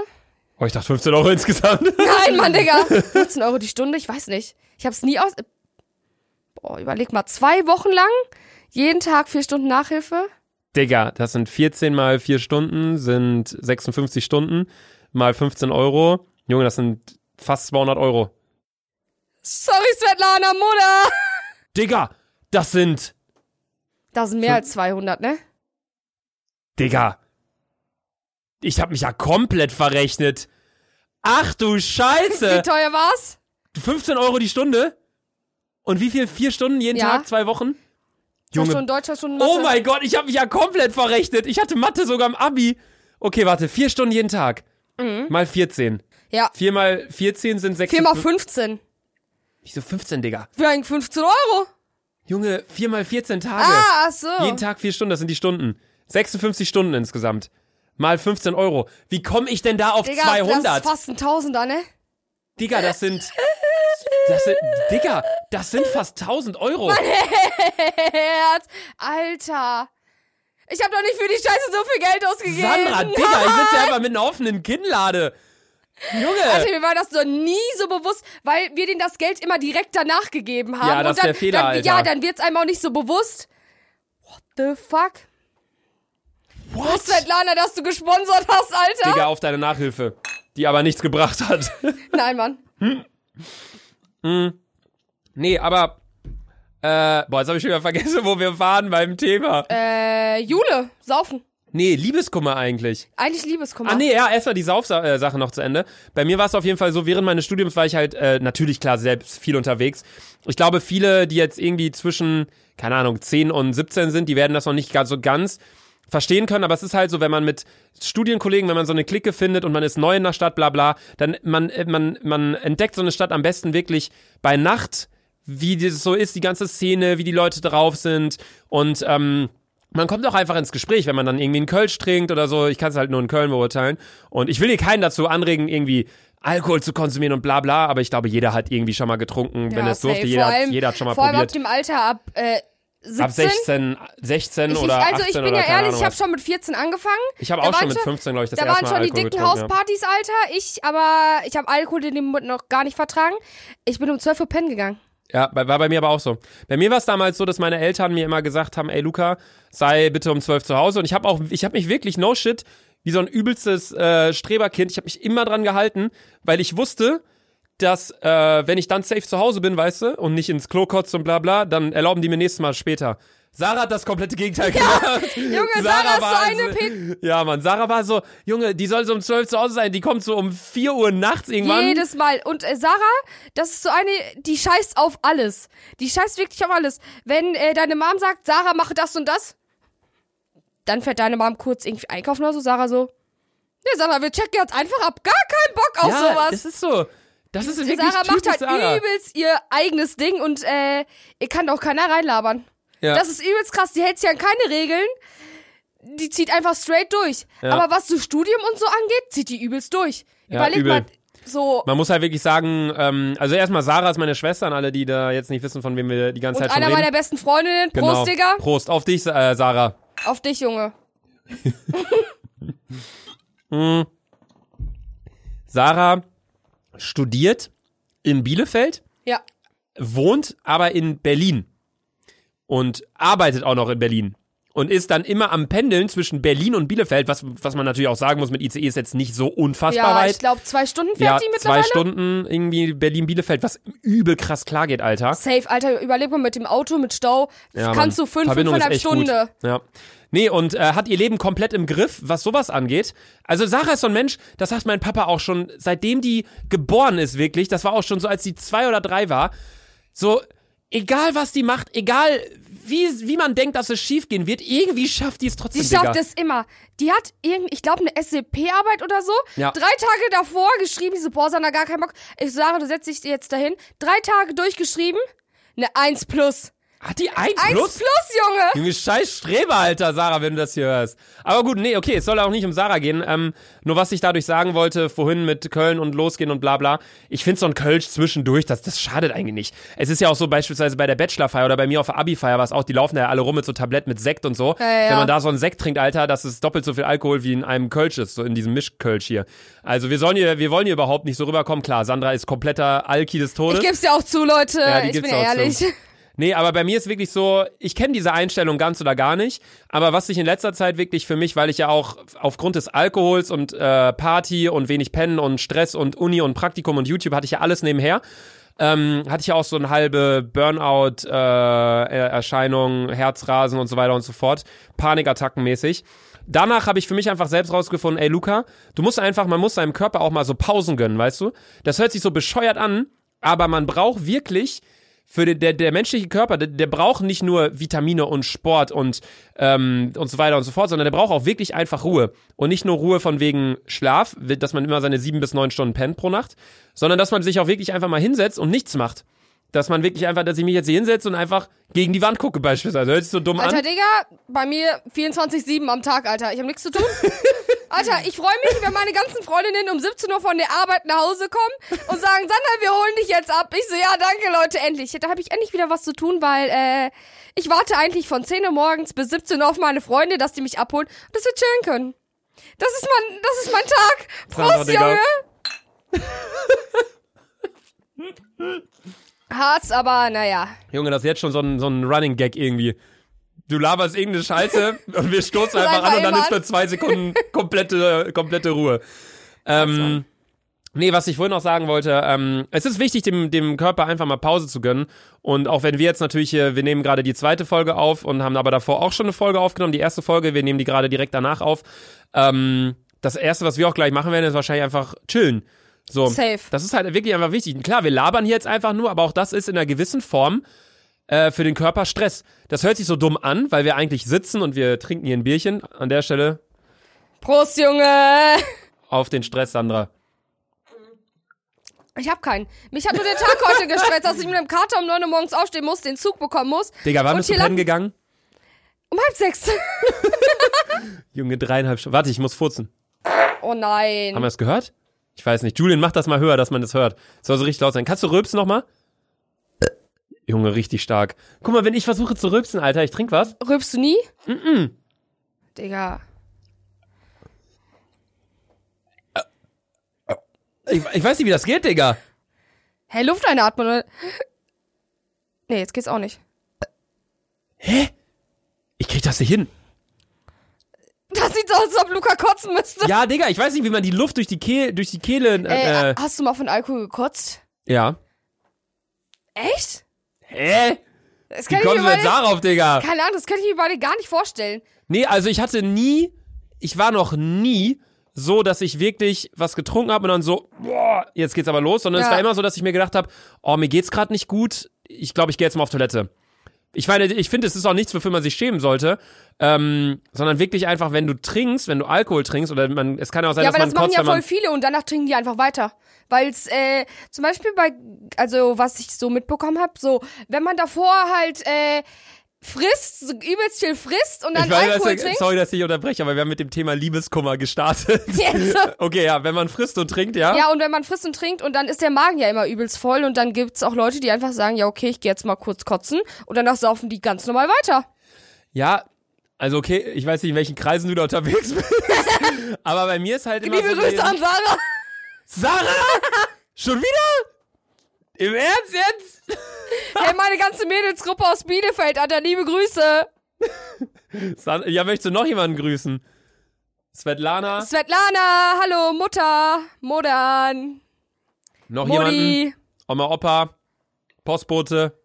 A: Oh, ich dachte 15 Euro [LAUGHS] insgesamt.
B: Nein, Mann, Digga. 15 Euro die Stunde, ich weiß nicht. Ich habe es nie aus... Boah, überleg mal, zwei Wochen lang, jeden Tag vier Stunden Nachhilfe.
A: Digga, das sind 14 mal 4 Stunden, sind 56 Stunden, mal 15 Euro. Junge, das sind fast 200 Euro.
B: Sorry, Svetlana, Mutter.
A: Digga, das sind,
B: Da sind mehr als 200, ne?
A: Digga, ich hab mich ja komplett verrechnet. Ach du Scheiße.
B: Wie teuer war's?
A: 15 Euro die Stunde? Und wie viel? Vier Stunden jeden
B: Ja.
A: Tag? Zwei Wochen?
B: Zwei
A: Junge,
B: Stunden Deutsch, zwei Stunden
A: oh
B: Mathe.
A: mein Gott, ich habe mich ja komplett verrechnet. Ich hatte Mathe sogar im Abi. Okay, warte, vier Stunden jeden Tag. Mal 14.
B: Ja,
A: Vier mal 14 sind 6.
B: Mhm. vier mal 15.
A: Wieso 15, Digga?
B: Für einen 15 Euro.
A: Junge, vier mal 14 Tage.
B: Ah, ach so.
A: Jeden Tag vier Stunden, das sind die Stunden. 56 Stunden insgesamt. Mal 15 Euro. Wie komme ich denn da auf
B: Digga,
A: 200?
B: das ist fast ein Tausender, ne? [LAUGHS]
A: Digga, das sind. Das sind. Digga, das sind fast 1000 Euro.
B: Herz. Alter. Ich habe doch nicht für die Scheiße so viel Geld ausgegeben.
A: Sandra, Digga, ich sitze ja einfach mit einer offenen Kinnlade.
B: Alter,
A: Junge!
B: mir war das noch nie so bewusst, weil wir denen das Geld immer direkt danach gegeben haben.
A: Ja, das
B: Und
A: ist
B: dann,
A: der Fehler,
B: dann,
A: Alter.
B: Ja, dann wird's einem auch nicht so bewusst. What the fuck?
A: What?
B: Svetlana, dass du gesponsert hast, Alter.
A: Digga, auf deine Nachhilfe. Die aber nichts gebracht hat. [LAUGHS]
B: Nein, Mann.
A: Nee, aber. Äh, boah, jetzt habe ich schon wieder vergessen, wo wir waren beim Thema.
B: Äh, Jule, saufen.
A: Nee, Liebeskummer eigentlich.
B: Eigentlich Liebeskummer.
A: Ah, nee, ja, erstmal die Saufsache noch zu Ende. Bei mir war es auf jeden Fall so, während meines Studiums war ich halt äh, natürlich klar selbst viel unterwegs. Ich glaube, viele, die jetzt irgendwie zwischen, keine Ahnung, 10 und 17 sind, die werden das noch nicht ganz so ganz verstehen können, aber es ist halt so, wenn man mit Studienkollegen, wenn man so eine Clique findet und man ist neu in der Stadt, bla bla, dann man, äh, man, man entdeckt so eine Stadt am besten wirklich bei Nacht, wie das so ist, die ganze Szene, wie die Leute drauf sind und ähm, man kommt auch einfach ins Gespräch, wenn man dann irgendwie einen Kölsch trinkt oder so. Ich kann es halt nur in Köln beurteilen. Und ich will hier keinen dazu anregen, irgendwie Alkohol zu konsumieren und bla bla, aber ich glaube, jeder hat irgendwie schon mal getrunken, wenn
B: Ja,
A: er es
B: safe.
A: durfte. Jeder,
B: vor
A: hat-
B: allem,
A: jeder hat schon mal
B: vor allem ab
A: probiert.
B: dem Alter ab äh, 17.
A: Ab 16, 16
B: Ich, ich,
A: oder 18
B: also ich bin
A: oder
B: ja
A: keine
B: ehrlich,
A: Ahnung
B: ich habe
A: was.
B: schon mit 14 angefangen.
A: Ich habe
B: da
A: auch schon
B: waren
A: mit
B: schon-
A: 15, glaube ich, das
B: Da
A: erste Mal
B: waren schon die
A: Alkohol
B: dicken
A: getrunken. Ja.
B: Hauspartys, Alter. Ich, aber ich habe Alkohol in dem Mund noch gar nicht vertragen. Ich bin um 12 Uhr pennen gegangen.
A: Ja, bei- war bei mir aber auch so. Bei mir war es damals so, dass meine Eltern mir immer gesagt haben, ey Luca, sei bitte um 12 zu Hause. Und ich habe auch, ich habe mich wirklich, no shit, wie so ein übelstes äh, Streberkind, ich habe mich immer dran gehalten, weil ich wusste, dass äh, wenn ich dann safe zu Hause bin, weißt du, und nicht ins Klo kotze und bla bla, dann erlauben die mir nächstes Mal später. Sarah hat das komplette
B: [LAUGHS]
A: Gegenteil gemacht.
B: Junge, Sarah ist so eine
A: Ja, Mann, Sarah war so, Junge, die soll so um 12 zu Hause sein, die kommt so um 4 Uhr nachts irgendwann.
B: Jedes Mal. Und äh, Sarah, das ist so eine, die scheißt auf alles. Die scheißt wirklich auf alles. Wenn äh, deine Mom sagt, Sarah, mache das und das, dann fährt deine Mom kurz irgendwie einkaufen oder so. Sarah so, nee, Sarah, wir checken jetzt einfach ab. Gar keinen Bock auf
A: ja,
B: sowas.
A: Das ist so. Das ist wirklich
B: Sarah
A: typisch
B: macht halt
A: Sarah.
B: übelst ihr eigenes Ding und äh, ihr kann auch keiner reinlabern.
A: Ja.
B: Das ist übelst krass. Die hält sich an keine Regeln. Die zieht einfach straight durch.
A: Ja.
B: Aber was so Studium und so angeht, zieht die übelst durch.
A: Ja,
B: Überleg
A: übel.
B: mal, so.
A: Man muss halt wirklich sagen, ähm, also erstmal Sarah ist meine Schwester und alle, die da jetzt nicht wissen, von wem wir die ganze
B: Und
A: Zeit halt schon
B: einer meiner
A: reden.
B: besten Freundinnen,
A: Genau.
B: Prost, Digga.
A: Prost, auf dich, äh, Sarah.
B: Auf dich, Junge.
A: Sarah studiert in Bielefeld,
B: Ja.
A: wohnt aber in Berlin und arbeitet auch noch in Berlin. Und ist dann immer am Pendeln zwischen Berlin und Bielefeld, was, was man natürlich auch sagen muss, mit ICE ist jetzt nicht so unfassbar
B: Ja,
A: weit.
B: ich glaube, zwei Stunden fährt
A: ja,
B: die
A: zwei
B: mittlerweile.
A: Stunden irgendwie Berlin-Bielefeld, was übel krass klar geht, Alter.
B: Safe, Alter, überleg mal mit dem Auto, mit Stau.
A: Ja,
B: kannst
A: Mann.
B: du fünf,
A: Verbindung ist
B: fünfeinhalb
A: echt
B: Stunde.
A: Gut. Ja. Nee, und äh, hat ihr Leben komplett im Griff, was sowas angeht. Also Sarah ist so ein Mensch, das sagt mein Papa auch schon, seitdem die geboren ist, wirklich, das war auch schon so, als die zwei oder drei war, so, egal was die macht, egal wie, wie man denkt, dass es schief gehen wird, irgendwie schafft die es trotzdem.
B: Die schafft
A: Digga.
B: es immer. Die hat irgendwie, ich glaube, eine SCP-Arbeit oder so.
A: Ja.
B: Drei Tage davor geschrieben, diese Boah, Sandra, gar keinen Bock. Ich sage, du setzt dich jetzt dahin. Drei Tage durchgeschrieben, eine 1 plus.
A: Hat die 1
B: Eins
A: plus?
B: plus, Junge.
A: Junge, scheiß Streber, Alter, Sarah, wenn du das hier hörst. Aber gut, nee, okay, es soll auch nicht um Sarah gehen. Ähm, nur was ich dadurch sagen wollte, vorhin mit Köln und losgehen und bla bla. Ich finde so ein Kölsch zwischendurch, das, das schadet eigentlich nicht. Es ist ja auch so beispielsweise bei der Bachelorfeier oder bei mir auf der Abi-Feier, was auch, die laufen ja alle rum mit so Tablett mit Sekt und so.
B: Ja, ja.
A: Wenn man da so einen Sekt trinkt, Alter, das ist doppelt so viel Alkohol wie in einem Kölsch ist, so in diesem Mischkölsch hier. Also wir sollen hier, wir wollen hier überhaupt nicht so rüberkommen. Klar, Sandra ist kompletter Alki des Todes.
B: Ich geb's dir auch zu, Leute.
A: Ja, die
B: ich
A: gibt's
B: bin
A: auch zu.
B: ehrlich.
A: Nee, aber bei mir ist wirklich so, ich kenne diese Einstellung ganz oder gar nicht, aber was sich in letzter Zeit wirklich für mich, weil ich ja auch aufgrund des Alkohols und äh, Party und wenig Pennen und Stress und Uni und Praktikum und YouTube hatte ich ja alles nebenher, ähm, hatte ich ja auch so eine halbe Burnout-Erscheinung, Herzrasen und so weiter und so fort, Panikattacken mäßig. Danach habe ich für mich einfach selbst rausgefunden, ey Luca, du musst einfach, man muss seinem Körper auch mal so Pausen gönnen, weißt du? Das hört sich so bescheuert an, aber man braucht wirklich für den, der, der menschliche Körper, der, der braucht nicht nur Vitamine und Sport und, ähm, und so weiter und so fort, sondern der braucht auch wirklich einfach Ruhe. Und nicht nur Ruhe von wegen Schlaf, dass man immer seine sieben bis neun Stunden pennt pro Nacht, sondern dass man sich auch wirklich einfach mal hinsetzt und nichts macht. Dass man wirklich einfach, dass ich mich jetzt hier hinsetze und einfach gegen die Wand gucke beispielsweise. Hört sich so dumm
B: Alter,
A: an.
B: Digga, bei mir 24-7 am Tag, Alter. Ich habe nichts zu tun. Alter, ich freue mich, wenn meine ganzen Freundinnen um 17 Uhr von der Arbeit nach Hause kommen und sagen, Sandra, wir holen dich jetzt ab. Ich so, ja, danke, Leute, endlich. Da habe ich endlich wieder was zu tun, weil äh, ich warte eigentlich von 10 Uhr morgens bis 17 Uhr auf meine Freunde, dass die mich abholen und dass wir chillen können. Das ist mein, das ist mein Tag.
A: Sandra,
B: Prost,
A: Digga.
B: Junge. Harz, aber naja.
A: Junge, das ist jetzt schon so ein, so ein Running Gag irgendwie. Du laberst irgendeine Scheiße und wir stoßen einfach
B: einfach
A: an und dann
B: immer
A: ist
B: an.
A: für zwei Sekunden komplette, komplette Ruhe. Ähm, nee, was ich vorhin noch sagen wollte, ähm, es ist wichtig, dem, dem Körper einfach mal Pause zu gönnen. Und auch wenn wir jetzt natürlich hier, wir nehmen gerade die zweite Folge auf und haben aber davor auch schon eine Folge aufgenommen, die erste Folge, wir nehmen die gerade direkt danach auf. Ähm, das erste, was wir auch gleich machen werden, ist wahrscheinlich einfach chillen. So,
B: Safe.
A: Das ist halt wirklich einfach wichtig. Und Klar, wir labern hier jetzt einfach nur, aber auch das ist in einer gewissen Form äh, für den Körper Stress. Das hört sich so dumm an, weil wir eigentlich sitzen und wir trinken hier ein Bierchen. An der Stelle
B: Prost, Junge.
A: auf den Stress, Sandra.
B: Ich habe keinen. Mich hat nur der Tag heute gestresst, dass ich mit einem Kater um 9 Uhr morgens aufstehen muss, den Zug bekommen muss.
A: Digga, wann
B: Und
A: bist du
B: hier
A: pennen
B: lang-
A: gegangen?
B: Um halb sechs.
A: Junge, dreieinhalb Stunden. Warte, ich muss furzen.
B: Oh
A: Haben
B: nein.
A: wir das gehört? Ich weiß nicht. Julian, mach das mal höher, dass man das hört. Soll so richtig laut sein. Kannst du rülpsen nochmal? Junge, richtig stark. Guck mal, wenn ich versuche zu rülpsen, Alter, ich trink was.
B: Rülpst du nie? Mhm. Digga.
A: Ich, ich weiß nicht, wie das geht, Digga.
B: Hey, Luft einatmen. oder? Nee, jetzt geht's auch nicht.
A: Ich krieg das nicht
B: [LAUGHS]
A: hin.
B: Das sieht so aus, als ob Luca kotzen müsste.
A: Ja, Digga, ich weiß nicht, wie man die Luft durch die Kehle, durch die Kehle, äh,
B: Ey,
A: äh
B: hast du mal von Alkohol gekotzt?
A: ja.
B: Echt?
A: Hä?
B: Das
A: Wie
B: kann ich
A: kommst
B: mir
A: du
B: beide,
A: jetzt darauf, Digga?
B: keine Ahnung, das kann ich mir beide gar nicht vorstellen.
A: Nee, also ich hatte nie, ich war noch nie so, dass ich wirklich was getrunken habe und dann so, boah, jetzt geht's aber los, sondern es
B: Ja.
A: war immer so, dass ich mir gedacht habe, oh, mir geht's gerade nicht gut, ich glaube, ich gehe jetzt mal auf Toilette. Ich meine, ich finde, es ist auch nichts, wofür man sich schämen sollte, ähm, sondern wirklich einfach, wenn du trinkst, wenn du Alkohol trinkst, oder man, es kann auch sein,
B: Ja,
A: dass
B: aber
A: man
B: das machen
A: kotzt,
B: ja
A: wenn man
B: voll viele und danach trinken die einfach weiter. Weil es äh, zum Beispiel bei, also was ich so mitbekommen habe, so, wenn man davor halt äh, frisst, so übelst viel frisst und dann
A: ich weiß,
B: Alkohol
A: dass-
B: trinkt. [LAUGHS]
A: sorry, dass ich unterbreche, aber wir haben mit dem Thema Liebeskummer gestartet. [LAUGHS]
B: Jetzt-
A: okay, ja, wenn man frisst und trinkt, ja.
B: Ja, und wenn man frisst und trinkt und dann ist der Magen ja immer übelst voll und dann gibt's auch Leute, die einfach sagen, ja okay, ich gehe jetzt mal kurz kotzen und danach saufen die ganz normal weiter.
A: Ja, also okay, ich weiß nicht, in welchen Kreisen du da unterwegs bist. [LAUGHS] aber bei mir ist halt immer
B: Liebe
A: so
B: Grüße
A: gewesen-
B: an
A: [LAUGHS]
B: Sarah.
A: Sarah! Schon wieder? Im Ernst jetzt?
B: Hey, meine ganze Mädelsgruppe aus Bielefeld, Alter, liebe Grüße.
A: San ja, möchtest du noch jemanden grüßen? Svetlana?
B: Svetlana, hallo, Mutter, Modern,
A: noch jemanden?
B: Modi.
A: Oma, Opa? Postbote?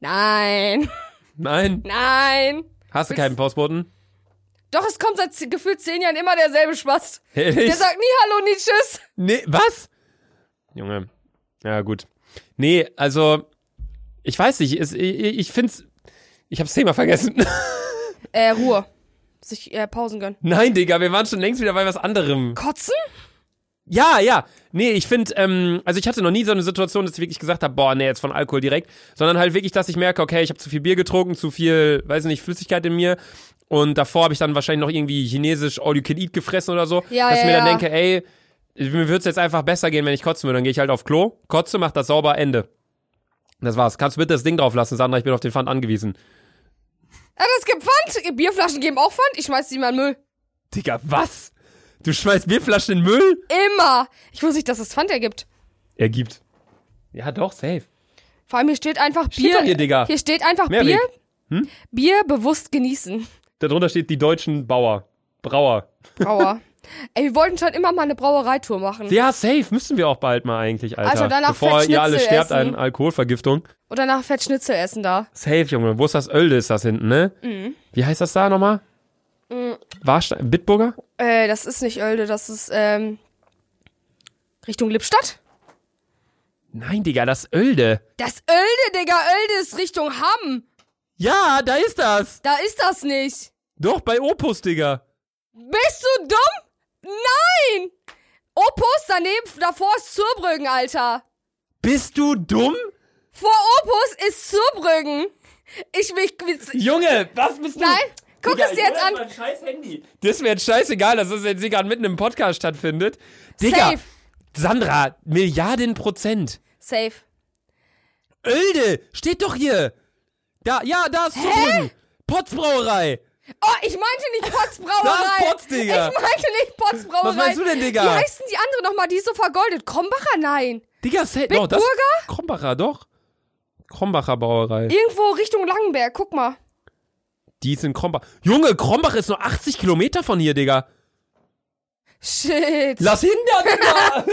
B: Nein,
A: Nein?
B: nein.
A: Hast du keinen Postboten?
B: Doch, es kommt seit z- gefühlt zehn Jahren immer derselbe Spaß.
A: Ehrlich?
B: Der sagt nie Hallo, nie Tschüss.
A: Nee, was? Junge. Ja, gut. Nee, also, ich weiß nicht, es, ich, ich find's. Ich hab's Thema vergessen. [LAUGHS]
B: Äh, Ruhe. Sich äh, Pausen gönnen.
A: Nein, Digga, wir waren schon längst wieder bei was anderem.
B: Kotzen?
A: Ja, ja. Nee, ich finde, ähm, also ich hatte noch nie so eine Situation, dass ich wirklich gesagt habe, boah, nee, jetzt von Alkohol direkt, sondern halt wirklich, dass ich merke, okay, ich habe zu viel Bier getrunken, zu viel, weiß nicht, Flüssigkeit in mir und davor habe ich dann wahrscheinlich noch irgendwie chinesisch All You Can Eat gefressen oder so,
B: Ja,
A: dass ich
B: ja,
A: mir dann
B: ja.
A: denke, ey, mir würde es jetzt einfach besser gehen, wenn ich kotzen würde. Dann gehe ich halt auf Klo, kotze, mach das sauber, Ende. Das war's. Kannst du bitte das Ding drauf lassen, Sandra, ich bin auf den Pfand angewiesen.
B: Ah, das gibt Pfand. Bierflaschen geben auch Pfand. Ich schmeiß die mal in den Müll.
A: Digga, was? Du schmeißt Bierflaschen in den Müll?
B: Immer. Ich wusste nicht, dass es Pfand ergibt.
A: Er gibt. Ja, doch, safe.
B: Vor allem hier steht einfach
A: Steht
B: Bier.
A: doch hier, Digga. Hm?
B: Hier steht einfach
A: Mehrweg.
B: Bier. Bier bewusst genießen.
A: Darunter steht die deutschen Bauer. Brauer. [LAUGHS]
B: Brauer. Ey, wir wollten schon immer mal eine Brauereitour machen.
A: Ja, safe müssen wir auch bald mal eigentlich, Alter.
B: Also danach
A: Bevor
B: fett
A: ihr alle
B: Schnitzel
A: sterbt an
B: essen.
A: Alkoholvergiftung.
B: Oder nach Fett Schnitzel essen da.
A: Safe, Junge. Wo ist das Ölde ist das hinten, ne?
B: Mhm.
A: Wie heißt das da nochmal? Warstein, Bitburger?
B: Äh, das ist nicht Oelde, das ist ähm, Richtung Lippstadt.
A: Nein, Digga, das Ölde.
B: Das Oelde, Digga, Oelde ist Richtung Hamm.
A: Ja, da ist das.
B: Da ist das nicht.
A: Doch, bei Opus, Digga.
B: Bist du dumm? Nein! Opus daneben, davor ist Zurbrüggen, Alter.
A: Bist du dumm?
B: Vor Opus ist Zurbrüggen. Ich will. Ich,
A: Junge, was bist du?
B: nein, guck es dir jetzt an.
A: scheiß Handy. Das ist mir jetzt scheißegal, dass das jetzt hier gerade mitten im Podcast stattfindet. Digga,
B: Safe.
A: Sandra, Milliarden Prozent.
B: Safe.
A: Ölde, steht doch hier. Da, ja, da ist Zurbrüggen. Potzbrauerei.
B: Oh, ich meinte nicht Potzbrauerei.
A: Das ist Potz, Digga.
B: Ich meinte nicht Potzbrauerei.
A: Was meinst du denn, Digga?
B: Wie heißt denn die andere nochmal? Die ist so vergoldet. Krombacher, nein.
A: Digga, safe.
B: Bitburger?
A: Doch, das Krombacher, doch. Krombacher Brauerei.
B: Irgendwo Richtung Langenberg, guck mal.
A: Die ist in Krombach. Junge, Krombach ist nur 80 Kilometer von hier, Digga.
B: Shit.
A: Lass hin da, Digga.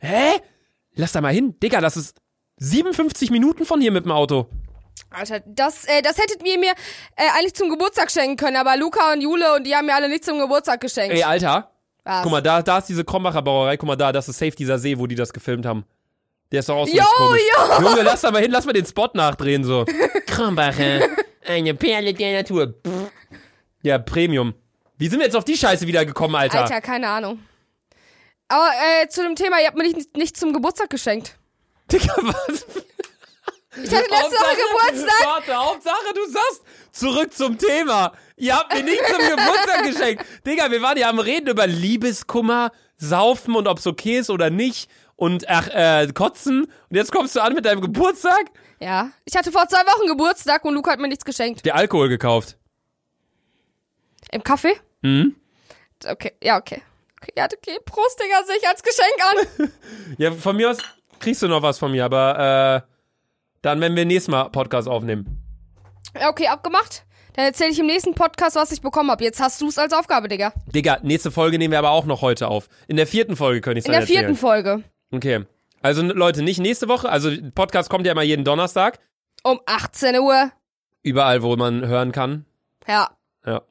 A: Hä? Lass da mal hin. Digga, das ist 57 Minuten von hier mit dem Auto.
B: Alter, das, äh, das hättet ihr mir äh, eigentlich zum Geburtstag schenken können, aber Luca und Jule und die haben mir alle nichts zum Geburtstag geschenkt.
A: Ey, Alter.
B: Was?
A: Guck mal, da, da ist diese Krombacher Brauerei. Guck mal da, das ist safe dieser See, wo die das gefilmt haben. Der ist doch auch so
B: Jo,
A: richtig komisch. Junge, lass da mal hin, lass mal den Spot nachdrehen so. [LAUGHS] Krombacher, eine Perle der Natur. Pff. Ja, Premium. Wie sind wir jetzt auf die Scheiße wieder gekommen, Alter?
B: Alter, keine Ahnung. Aber äh, zu dem Thema, ihr habt mir nicht, nicht zum Geburtstag geschenkt.
A: Digga, was?
B: Ich
A: Oh,
B: hatte letzte Woche Geburtstag.
A: Warte, Hauptsache, du sagst, zurück zum Thema. Ihr habt mir nicht zum Geburtstag geschenkt. Digga, wir waren ja am Reden über Liebeskummer, Saufen und ob's okay ist oder nicht. Und ach, äh, Kotzen. Und jetzt kommst du an mit deinem Geburtstag?
B: Ja, ich hatte vor zwei Wochen Geburtstag und Luca hat mir nichts geschenkt.
A: Der Alkohol gekauft.
B: Im Kaffee?
A: Mhm.
B: Okay, ja, okay. okay ja, okay. Prost, Digga, sehe ich als Geschenk an.
A: Ja, von mir aus kriegst du noch was von mir, aber äh, dann, wenn wir nächstes Mal Podcast aufnehmen.
B: Ja, okay, abgemacht. Dann erzähle ich im nächsten Podcast, was ich bekommen habe. Jetzt hast du es als Aufgabe, Digga.
A: Digga, nächste Folge nehmen wir aber auch noch heute auf. In der vierten Folge könnte ich
B: In der vierten Folge.
A: Okay. Also n- Leute, nicht nächste Woche. Also Podcast kommt ja immer jeden Donnerstag.
B: Um 18 Uhr.
A: Überall, wo man hören kann.
B: Ja,
A: Ja.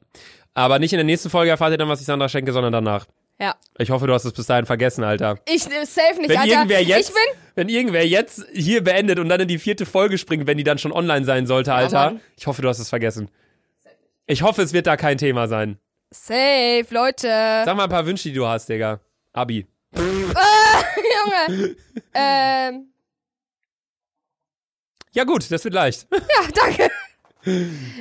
A: Aber nicht in der nächsten Folge erfahrt ihr dann, was ich Sandra schenke, sondern danach.
B: ja.
A: Ich hoffe, du hast es bis dahin vergessen, Alter.
B: Ich äh, safe nicht,
A: Wenn
B: Alter.
A: irgendwer jetzt,
B: ich bin.
A: wenn irgendwer jetzt hier beendet und dann in die vierte Folge springt, wenn die dann schon online sein sollte, Alter.
B: Mann.
A: ich hoffe, du hast es vergessen. Ich hoffe, es wird da kein Thema sein.
B: Safe, Leute.
A: Sag mal ein paar Wünsche, die du hast, Digga. Abi. [LAUGHS]
B: Junge. ähm,
A: Ja gut, das wird leicht.
B: ja, danke.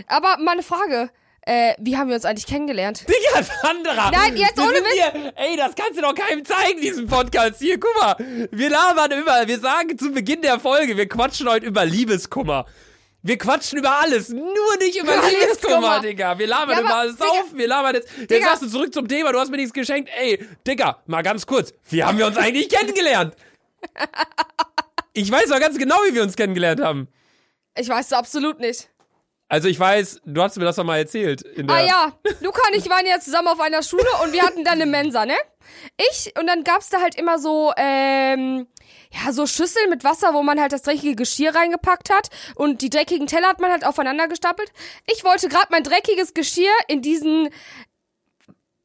B: Aber mal eine Frage. Äh, wie haben wir uns eigentlich kennengelernt?
A: Digga, Sandra!
B: Nein, jetzt
A: wir
B: ohne
A: sind hier, Ey, das kannst du doch keinem zeigen, diesen Podcast. Hier, guck mal. Wir labern immer. Wir sagen zu Beginn der Folge, wir quatschen heute über Liebeskummer. Wir quatschen über alles, nur nicht über
B: Über
A: Liebeskummer,
B: Liebeskummer.
A: Digga. Wir labern
B: Ja,
A: über
B: aber,
A: alles
B: Digga,
A: auf. Wir labern jetzt. Jetzt
B: Digga.
A: sagst du zurück zum Thema, du hast mir nichts geschenkt. Ey, Digga, mal ganz kurz. Wie haben wir uns eigentlich kennengelernt? Ich weiß doch ganz genau, wie wir uns kennengelernt haben.
B: Ich weiß es absolut nicht.
A: Also ich weiß, du hast mir das doch mal erzählt. In der
B: Ah ja, Luca und ich waren ja zusammen auf einer Schule und wir hatten dann eine Mensa, ne? Ich, und dann gab's da halt immer so, ähm, ja, so Schüsseln mit Wasser, wo man halt das dreckige Geschirr reingepackt hat und die dreckigen Teller hat man halt aufeinander gestapelt. Ich wollte gerade mein dreckiges Geschirr in diesen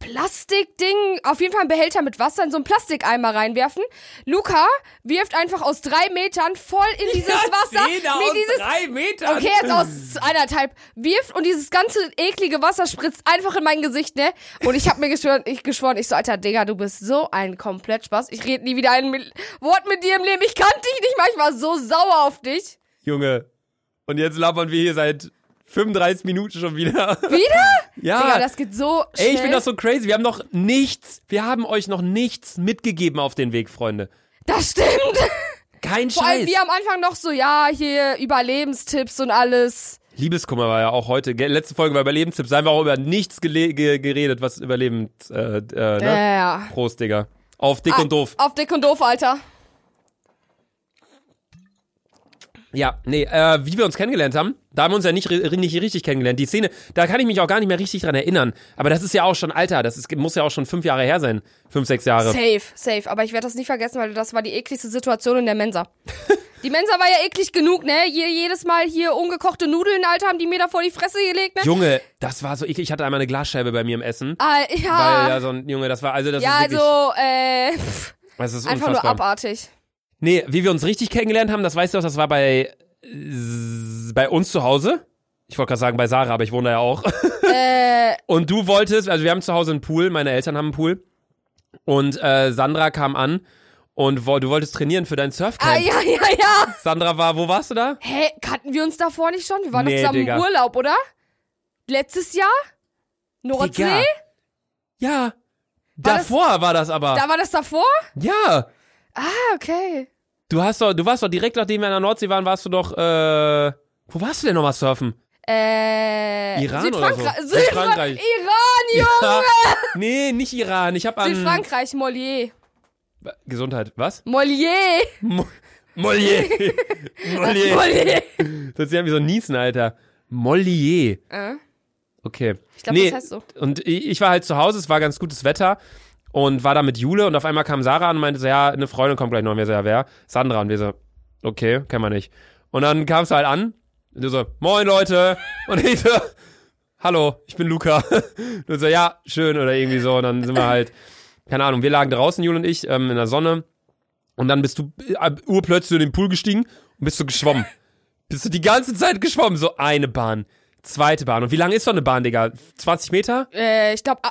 B: Plastikding, auf jeden Fall einen Behälter mit Wasser in so einen Plastikeimer reinwerfen. Luca wirft einfach aus drei Metern voll in dieses Wasser.
A: Zehner
B: Nee,
A: aus
B: dieses,
A: drei Metern.
B: okay, jetzt aus anderthalb. Wirft und dieses ganze eklige Wasser spritzt einfach in mein Gesicht, ne? Und ich hab mir geschworen, ich, geschworen, ich so, Alter, Digga, du bist so ein komplett Spaß. Ich rede nie wieder ein Mil- Wort mit dir im Leben. Ich kannte dich nicht mal. Ich war so sauer auf dich.
A: Junge. Und jetzt labern wir hier seit 35 Minuten schon wieder. [LAUGHS]
B: Wieder?
A: ja.
B: Digga, das geht so schnell.
A: Ah. Ey, ich finde das so crazy. Wir haben noch nichts, wir haben euch noch nichts mitgegeben auf den Weg, Freunde.
B: Das stimmt.
A: Kein
B: Vor allem
A: Scheiß.
B: wir am Anfang noch so, ja, hier Überlebenstipps und alles.
A: Liebeskummer war ja auch heute, gell, letzte Folge war über Lebenstipps, da haben wir auch über nichts gele- ge geredet, was über Lebens, äh, äh,
B: Ja,
A: ne?
B: ja, ja.
A: Prost, Digga. Auf
B: Ah.
A: dick und doof.
B: Auf dick und doof, Alter.
A: Ja, nee, äh, wie wir uns kennengelernt haben, da haben wir uns ja nicht, ri- nicht richtig kennengelernt. Die Szene, da kann ich mich auch gar nicht mehr richtig dran erinnern. Aber das ist ja auch schon, Alter, das ist, muss ja auch schon fünf Jahre her sein. Fünf, sechs Jahre.
B: Safe, safe. Aber ich werde das nicht vergessen, weil das war die ekligste Situation in der Mensa. [LAUGHS] Die Mensa war ja eklig genug, ne? Je, jedes Mal hier ungekochte Nudeln, Alter, haben die mir da vor die Fresse gelegt, ne?
A: Junge, das war so eklig. Ich hatte einmal eine Glasscheibe bei mir im Essen.
B: Ah,
A: Weil
B: ja.
A: ja so ein Junge, das war, also das
B: Ja,
A: ist wirklich,
B: also, äh,
A: [LAUGHS]
B: pff,
A: das ist
B: einfach nur
A: unfassbar.
B: abartig.
A: Nee, wie wir uns richtig kennengelernt haben, das weißt du auch, das war bei, s- bei uns zu Hause. Ich wollte gerade sagen bei Sarah, aber ich wohne da ja auch. [LAUGHS]
B: äh,
A: Und du wolltest, also wir haben zu Hause einen Pool, meine Eltern haben einen Pool. Und äh, Sandra kam an und wo, du wolltest trainieren für dein Surfcamp.
B: ah, ja, ja, ja.
A: Sandra war, wo warst du da?
B: Hä, kannten wir uns davor nicht schon? Wir waren
A: Nee,
B: doch zusammen
A: Digga.
B: im Urlaub, oder? Letztes Jahr? Nordsee?
A: Digga. Ja.
B: War das-
A: Davor war das aber.
B: Da war das davor?
A: ja.
B: Ah, okay.
A: Du hast doch, du warst doch direkt nachdem wir an der Nordsee waren, warst du doch, äh, wo warst du denn nochmal surfen?
B: Äh,
A: Iran oder so?
B: Südfrankreich.
A: Südfrankreich.
B: Südfrankreich. Iran, Junge.
A: Ja. Nee, nicht Iran. Ich hab an.
B: Südfrankreich, Molière.
A: Gesundheit. Was?
B: Molière.
A: Mo- [LAUGHS] Mollier. [LAUGHS] Mollier.
B: Molière.
A: Das ist ja wie so ein Niesen, Alter. Mollier.
B: Äh,
A: Okay.
B: ich glaube,
A: nee,
B: das heißt so.
A: Und ich ich war halt zu Hause, es war ganz gutes Wetter und war da mit Jule und auf einmal kam Sarah an und meinte so, ja, eine Freundin kommt gleich noch. Und wir so, ja, wer? Sandra. Und wir so, okay, kennen wir nicht. Und dann kam es halt an und du so, moin Leute. Und ich so, hallo, ich bin Luca. [LAUGHS] Und so, ja, schön oder irgendwie so. Und dann sind wir halt, keine Ahnung, wir lagen draußen, Jule und ich, ähm, in der Sonne. Und dann bist du äh, urplötzlich in den Pool gestiegen und bist du geschwommen. Bist du die ganze Zeit geschwommen. So eine Bahn, zweite Bahn. Und wie lang ist so eine Bahn, Digga? 20 Meter?
B: Äh, ich glaube,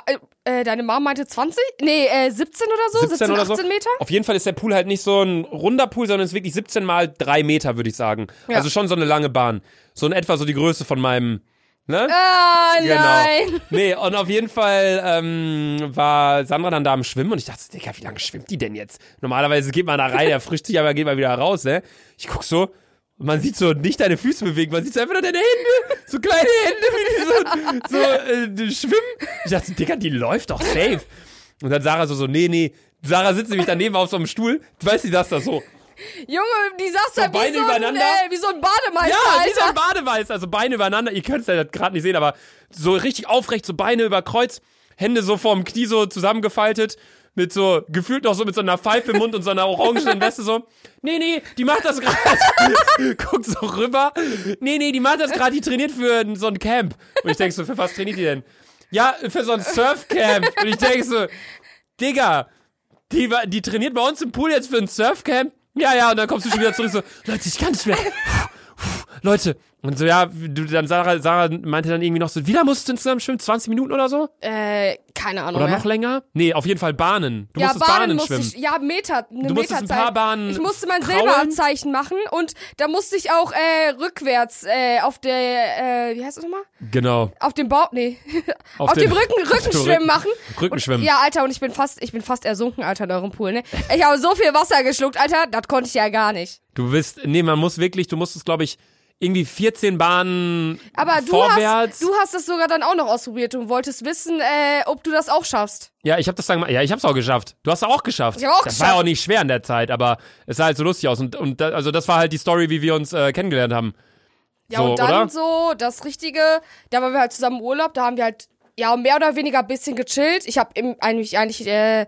B: äh, äh, deine Mama meinte 20? Nee, äh, 17 oder so? 17,
A: 17 oder so.
B: 18 Meter?
A: Auf jeden Fall ist der Pool halt nicht so ein runder Pool, sondern ist wirklich 17 mal 3 Meter, würde ich sagen.
B: Ja.
A: Also schon so eine lange Bahn. So in etwa so die Größe von meinem. Ne?
B: Ah, nein.
A: Nee, und auf jeden Fall ähm, war Sandra dann da am Schwimmen und ich dachte, Digga, wie lange schwimmt die denn jetzt? Normalerweise geht man da rein, erfrischt sich, aber geht mal wieder raus, ne? Ich guck so, und man sieht so nicht deine Füße bewegen, man sieht so einfach nur deine Hände, so kleine Hände, wie die so, so äh, die schwimmen. Ich dachte, Digga, die läuft doch safe. Und dann Sarah so, so, nee, nee. Sarah sitzt nämlich daneben auf so einem Stuhl, du weißt, die saß da so.
B: Junge, die saß da wie
A: Beine
B: so, ein,
A: übereinander?
B: äh, wie so ein Bademeister,
A: Ja, wie so ein
B: Alter.
A: Badeweiß, also Beine übereinander. Ihr könnt's ja gerade nicht sehen, aber so richtig aufrecht, so Beine über Kreuz, Hände so vorm Knie so zusammengefaltet, mit so, gefühlt noch so mit so einer Pfeife im Mund und so einer orangenen Weste so. Nee, nee, die macht das gerade. [LAUGHS] Guckt so rüber. Nee, nee, die macht das gerade, die trainiert für so ein Camp. Und ich denk so, für was trainiert die denn? Ja, für so ein Surfcamp. Und ich denk so, Digga, die, war- die trainiert bei uns im Pool jetzt für ein Surfcamp. Ja, ja, und dann kommst du schon wieder zurück so, Leute, ich kann nicht mehr. Leute. Und so, ja, du, dann Sarah, Sarah meinte dann irgendwie noch so, wie lange musst du insgesamt schwimmen? 20 Minuten oder so?
B: Äh, keine Ahnung.
A: Oder
B: mehr.
A: noch länger? Nee, auf jeden Fall Bahnen. Du
B: ja,
A: musstest Bahnen,
B: musste
A: schwimmen.
B: ich, ja, Meter, eine
A: Du musstest ein
B: Meterzeit.
A: paar Bahnen
B: Ich musste mein
A: kraulen.
B: Silberzeichen machen und da musste ich auch äh, rückwärts äh, auf der, äh, wie heißt das nochmal?
A: genau.
B: Auf dem Bauch, nee, [LAUGHS] auf, dem,
A: den- [LAUGHS]
B: Rücken,
A: auf dem
B: Rückenschwimmen machen.
A: Rückenschwimmen.
B: Ja, Alter, und ich bin fast, ich bin fast ersunken, Alter, in eurem Pool, ne? Ich habe so viel Wasser geschluckt, Alter, das konnte ich ja gar nicht.
A: Du bist, nee, man muss wirklich, du musstest, glaube ich, irgendwie 14 Bahnen
B: Aber du
A: vorwärts.
B: hast, du hast das sogar dann auch noch ausprobiert und wolltest wissen, äh, ob du das auch schaffst.
A: ja, ich habe das dann gemacht. Ja, ich hab's auch geschafft. Du hast auch geschafft.
B: Ich hab auch
A: das
B: geschafft.
A: war auch nicht schwer in der Zeit, aber es sah halt so lustig aus. Und, und da, also das war halt die Story, wie wir uns äh, kennengelernt haben.
B: Ja,
A: So,
B: und dann
A: oder?
B: so das Richtige, da waren wir halt zusammen im Urlaub, da haben wir halt, ja, mehr oder weniger ein bisschen gechillt. Ich habe eigentlich, eigentlich, äh,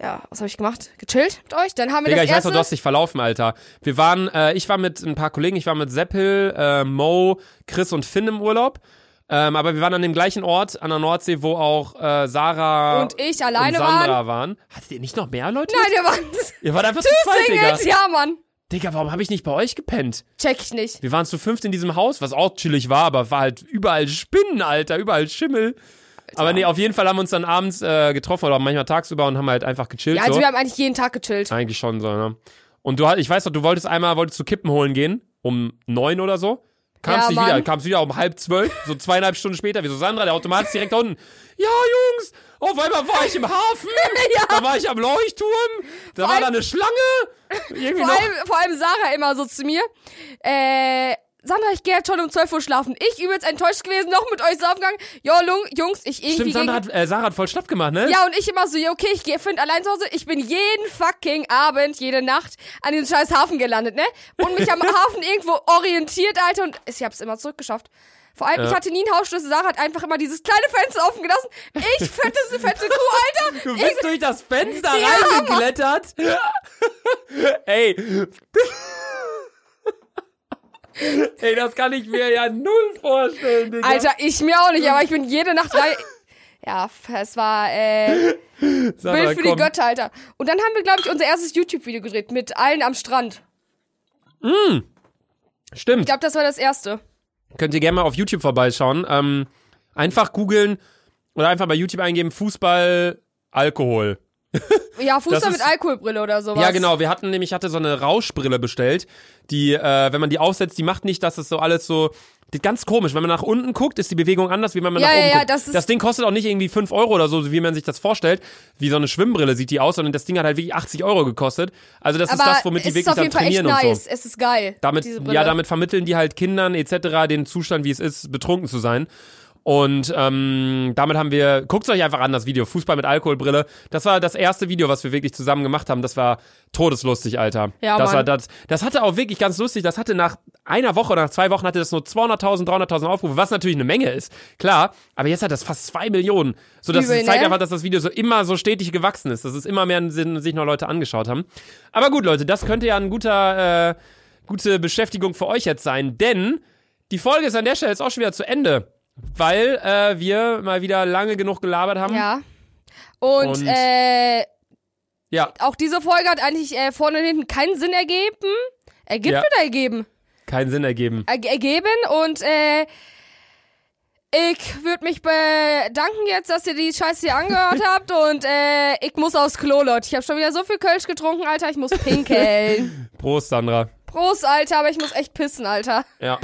B: ja, was habe ich gemacht? Gechillt mit euch? Dann haben wir
A: Digga,
B: das
A: ich weiß
B: erste...
A: noch, du hast dich verlaufen, Alter. Wir waren, äh, ich war mit ein paar Kollegen, ich war mit Seppel, äh, Mo, Chris und Finn im Urlaub. Ähm, aber wir waren an dem gleichen Ort an der Nordsee, wo auch äh, Sarah
B: Und ich alleine
A: und Sandra [LAUGHS]
B: waren.
A: waren. Hattet ihr nicht noch mehr Leute?
B: Nein, wir waren
A: Ihr wart einfach zu zweit, Digga.
B: [LAUGHS] Singles, ja, Mann.
A: Digga, warum habe ich nicht bei euch gepennt?
B: Check ich nicht.
A: Wir waren zu fünft in diesem Haus, was auch chillig war, aber war halt überall Spinnen, Alter, überall Schimmel. Aber nee, auf jeden Fall haben wir uns dann abends äh, getroffen oder manchmal tagsüber und haben halt einfach gechillt.
B: Ja, also
A: so.
B: wir haben eigentlich jeden Tag gechillt.
A: Eigentlich schon so, ne? Und du hast, ich weiß noch, du wolltest einmal, wolltest du Kippen holen gehen, um neun oder so. Kamst
B: Ja,
A: nicht wieder,
B: Mann.
A: kamst wieder um halb zwölf, so zweieinhalb Stunden später, wie so Sandra, der Automat ist direkt da unten. Ja, Jungs, auf einmal war ich im Hafen,
B: [LAUGHS] Ja.
A: da war ich am Leuchtturm, da war
B: allem-
A: da eine Schlange. Irgendwie
B: Vor
A: noch.
B: allem, vor allem Sarah immer so zu mir. Äh, Sandra, ich gehe jetzt schon um 12 Uhr schlafen. Ich übelst enttäuscht gewesen, noch mit euch saufen gegangen. Jo, Lung- Jungs, ich irgendwie
A: Stimmt, Sandra
B: gegen-
A: hat, äh, Sarah hat voll schlapp gemacht, ne?
B: Ja, und ich immer so, ja, okay, ich geh- find allein zu Hause. Ich bin jeden fucking Abend, jede Nacht an diesem scheiß Hafen gelandet, ne?
A: [LAUGHS]
B: Und mich am Hafen irgendwo orientiert, Alter. Und ich hab's immer zurückgeschafft. Vor allem,
A: Ja.
B: ich hatte nie einen Hausschlüssel. Sarah hat einfach immer dieses kleine Fenster offen gelassen. Ich, fetteste, fette
A: [LAUGHS]
B: Kuh, Alter.
A: Du bist durch das Fenster reingeklettert. [LAUGHS] Ey. [LAUGHS] Ey, das kann ich mir ja null vorstellen, Digga.
B: Alter, ich mir auch nicht, aber ich bin jede Nacht rein. Ja, f- es war äh,
A: Sag mal,
B: Bild für die
A: komm.
B: Götter, Alter. Und dann haben wir, glaube ich, unser erstes YouTube-Video gedreht mit allen am Strand.
A: Stimmt.
B: Ich glaube, das war das erste.
A: Könnt ihr gerne mal auf YouTube vorbeischauen. Ähm, einfach googeln oder einfach bei YouTube eingeben Fußball, Alkohol.
B: Ja, Fußball
A: Das ist-
B: mit Alkoholbrille oder sowas.
A: Ja, genau. Wir hatten nämlich, ich hatte so eine Rauschbrille bestellt, die, äh, wenn man die aufsetzt, die macht nicht, dass es so alles so. die- Ganz komisch, wenn man nach unten guckt, ist die Bewegung anders, wie wenn man
B: Ja,
A: nach
B: ja,
A: oben
B: ja,
A: guckt.
B: das ist-
A: Ding kostet auch nicht irgendwie 5 Euro oder so, wie man sich das vorstellt. Wie so eine Schwimmbrille sieht die aus, sondern das Ding hat halt wirklich 80 Euro gekostet. Also das
B: Aber
A: ist das, womit die
B: es ist
A: wirklich
B: auf
A: dann
B: jeden Fall echt
A: trainieren und so.
B: nice. Es ist geil.
A: Damit,
B: diese Brille.
A: ja, damit vermitteln die halt Kindern etc. den Zustand, wie es ist, betrunken zu sein. Und ähm, damit haben wir, guckt euch einfach an, das Video, Fußball mit Alkoholbrille. Das war das erste Video, was wir wirklich zusammen gemacht haben. Das war todeslustig, Alter.
B: Ja,
A: das,
B: Mann.
A: war, das, das hatte auch wirklich ganz lustig, das hatte nach einer Woche oder nach zwei Wochen hatte das nur 200.000, 300.000 Aufrufe, was natürlich eine Menge ist, klar. Aber jetzt hat das fast zwei Millionen. So, das
B: Übel,
A: zeigt
B: ne?
A: einfach, dass das Video so immer so stetig gewachsen ist, dass es immer mehr Sinn- sich noch Leute angeschaut haben. Aber gut, Leute, das könnte ja ein guter... Äh, gute Beschäftigung für euch jetzt sein, denn die Folge ist an der Stelle jetzt auch schon wieder zu Ende, weil äh, wir mal wieder lange genug gelabert haben.
B: Ja. Und,
A: Und-
B: äh,
A: Ja,
B: auch diese Folge hat eigentlich äh, vorne und hinten keinen Sinn ergeben. Ergibt
A: Ja.
B: oder ergeben?
A: keinen Sinn ergeben.
B: erg- ergeben und äh, ich würde mich bedanken jetzt, dass ihr die Scheiße hier angehört habt und äh, ich muss aufs Klo, Leute. Ich habe schon wieder so viel Kölsch getrunken, Alter, ich muss pinkeln.
A: Prost, Sandra.
B: Prost, Alter, aber ich muss echt pissen, Alter.
A: Ja.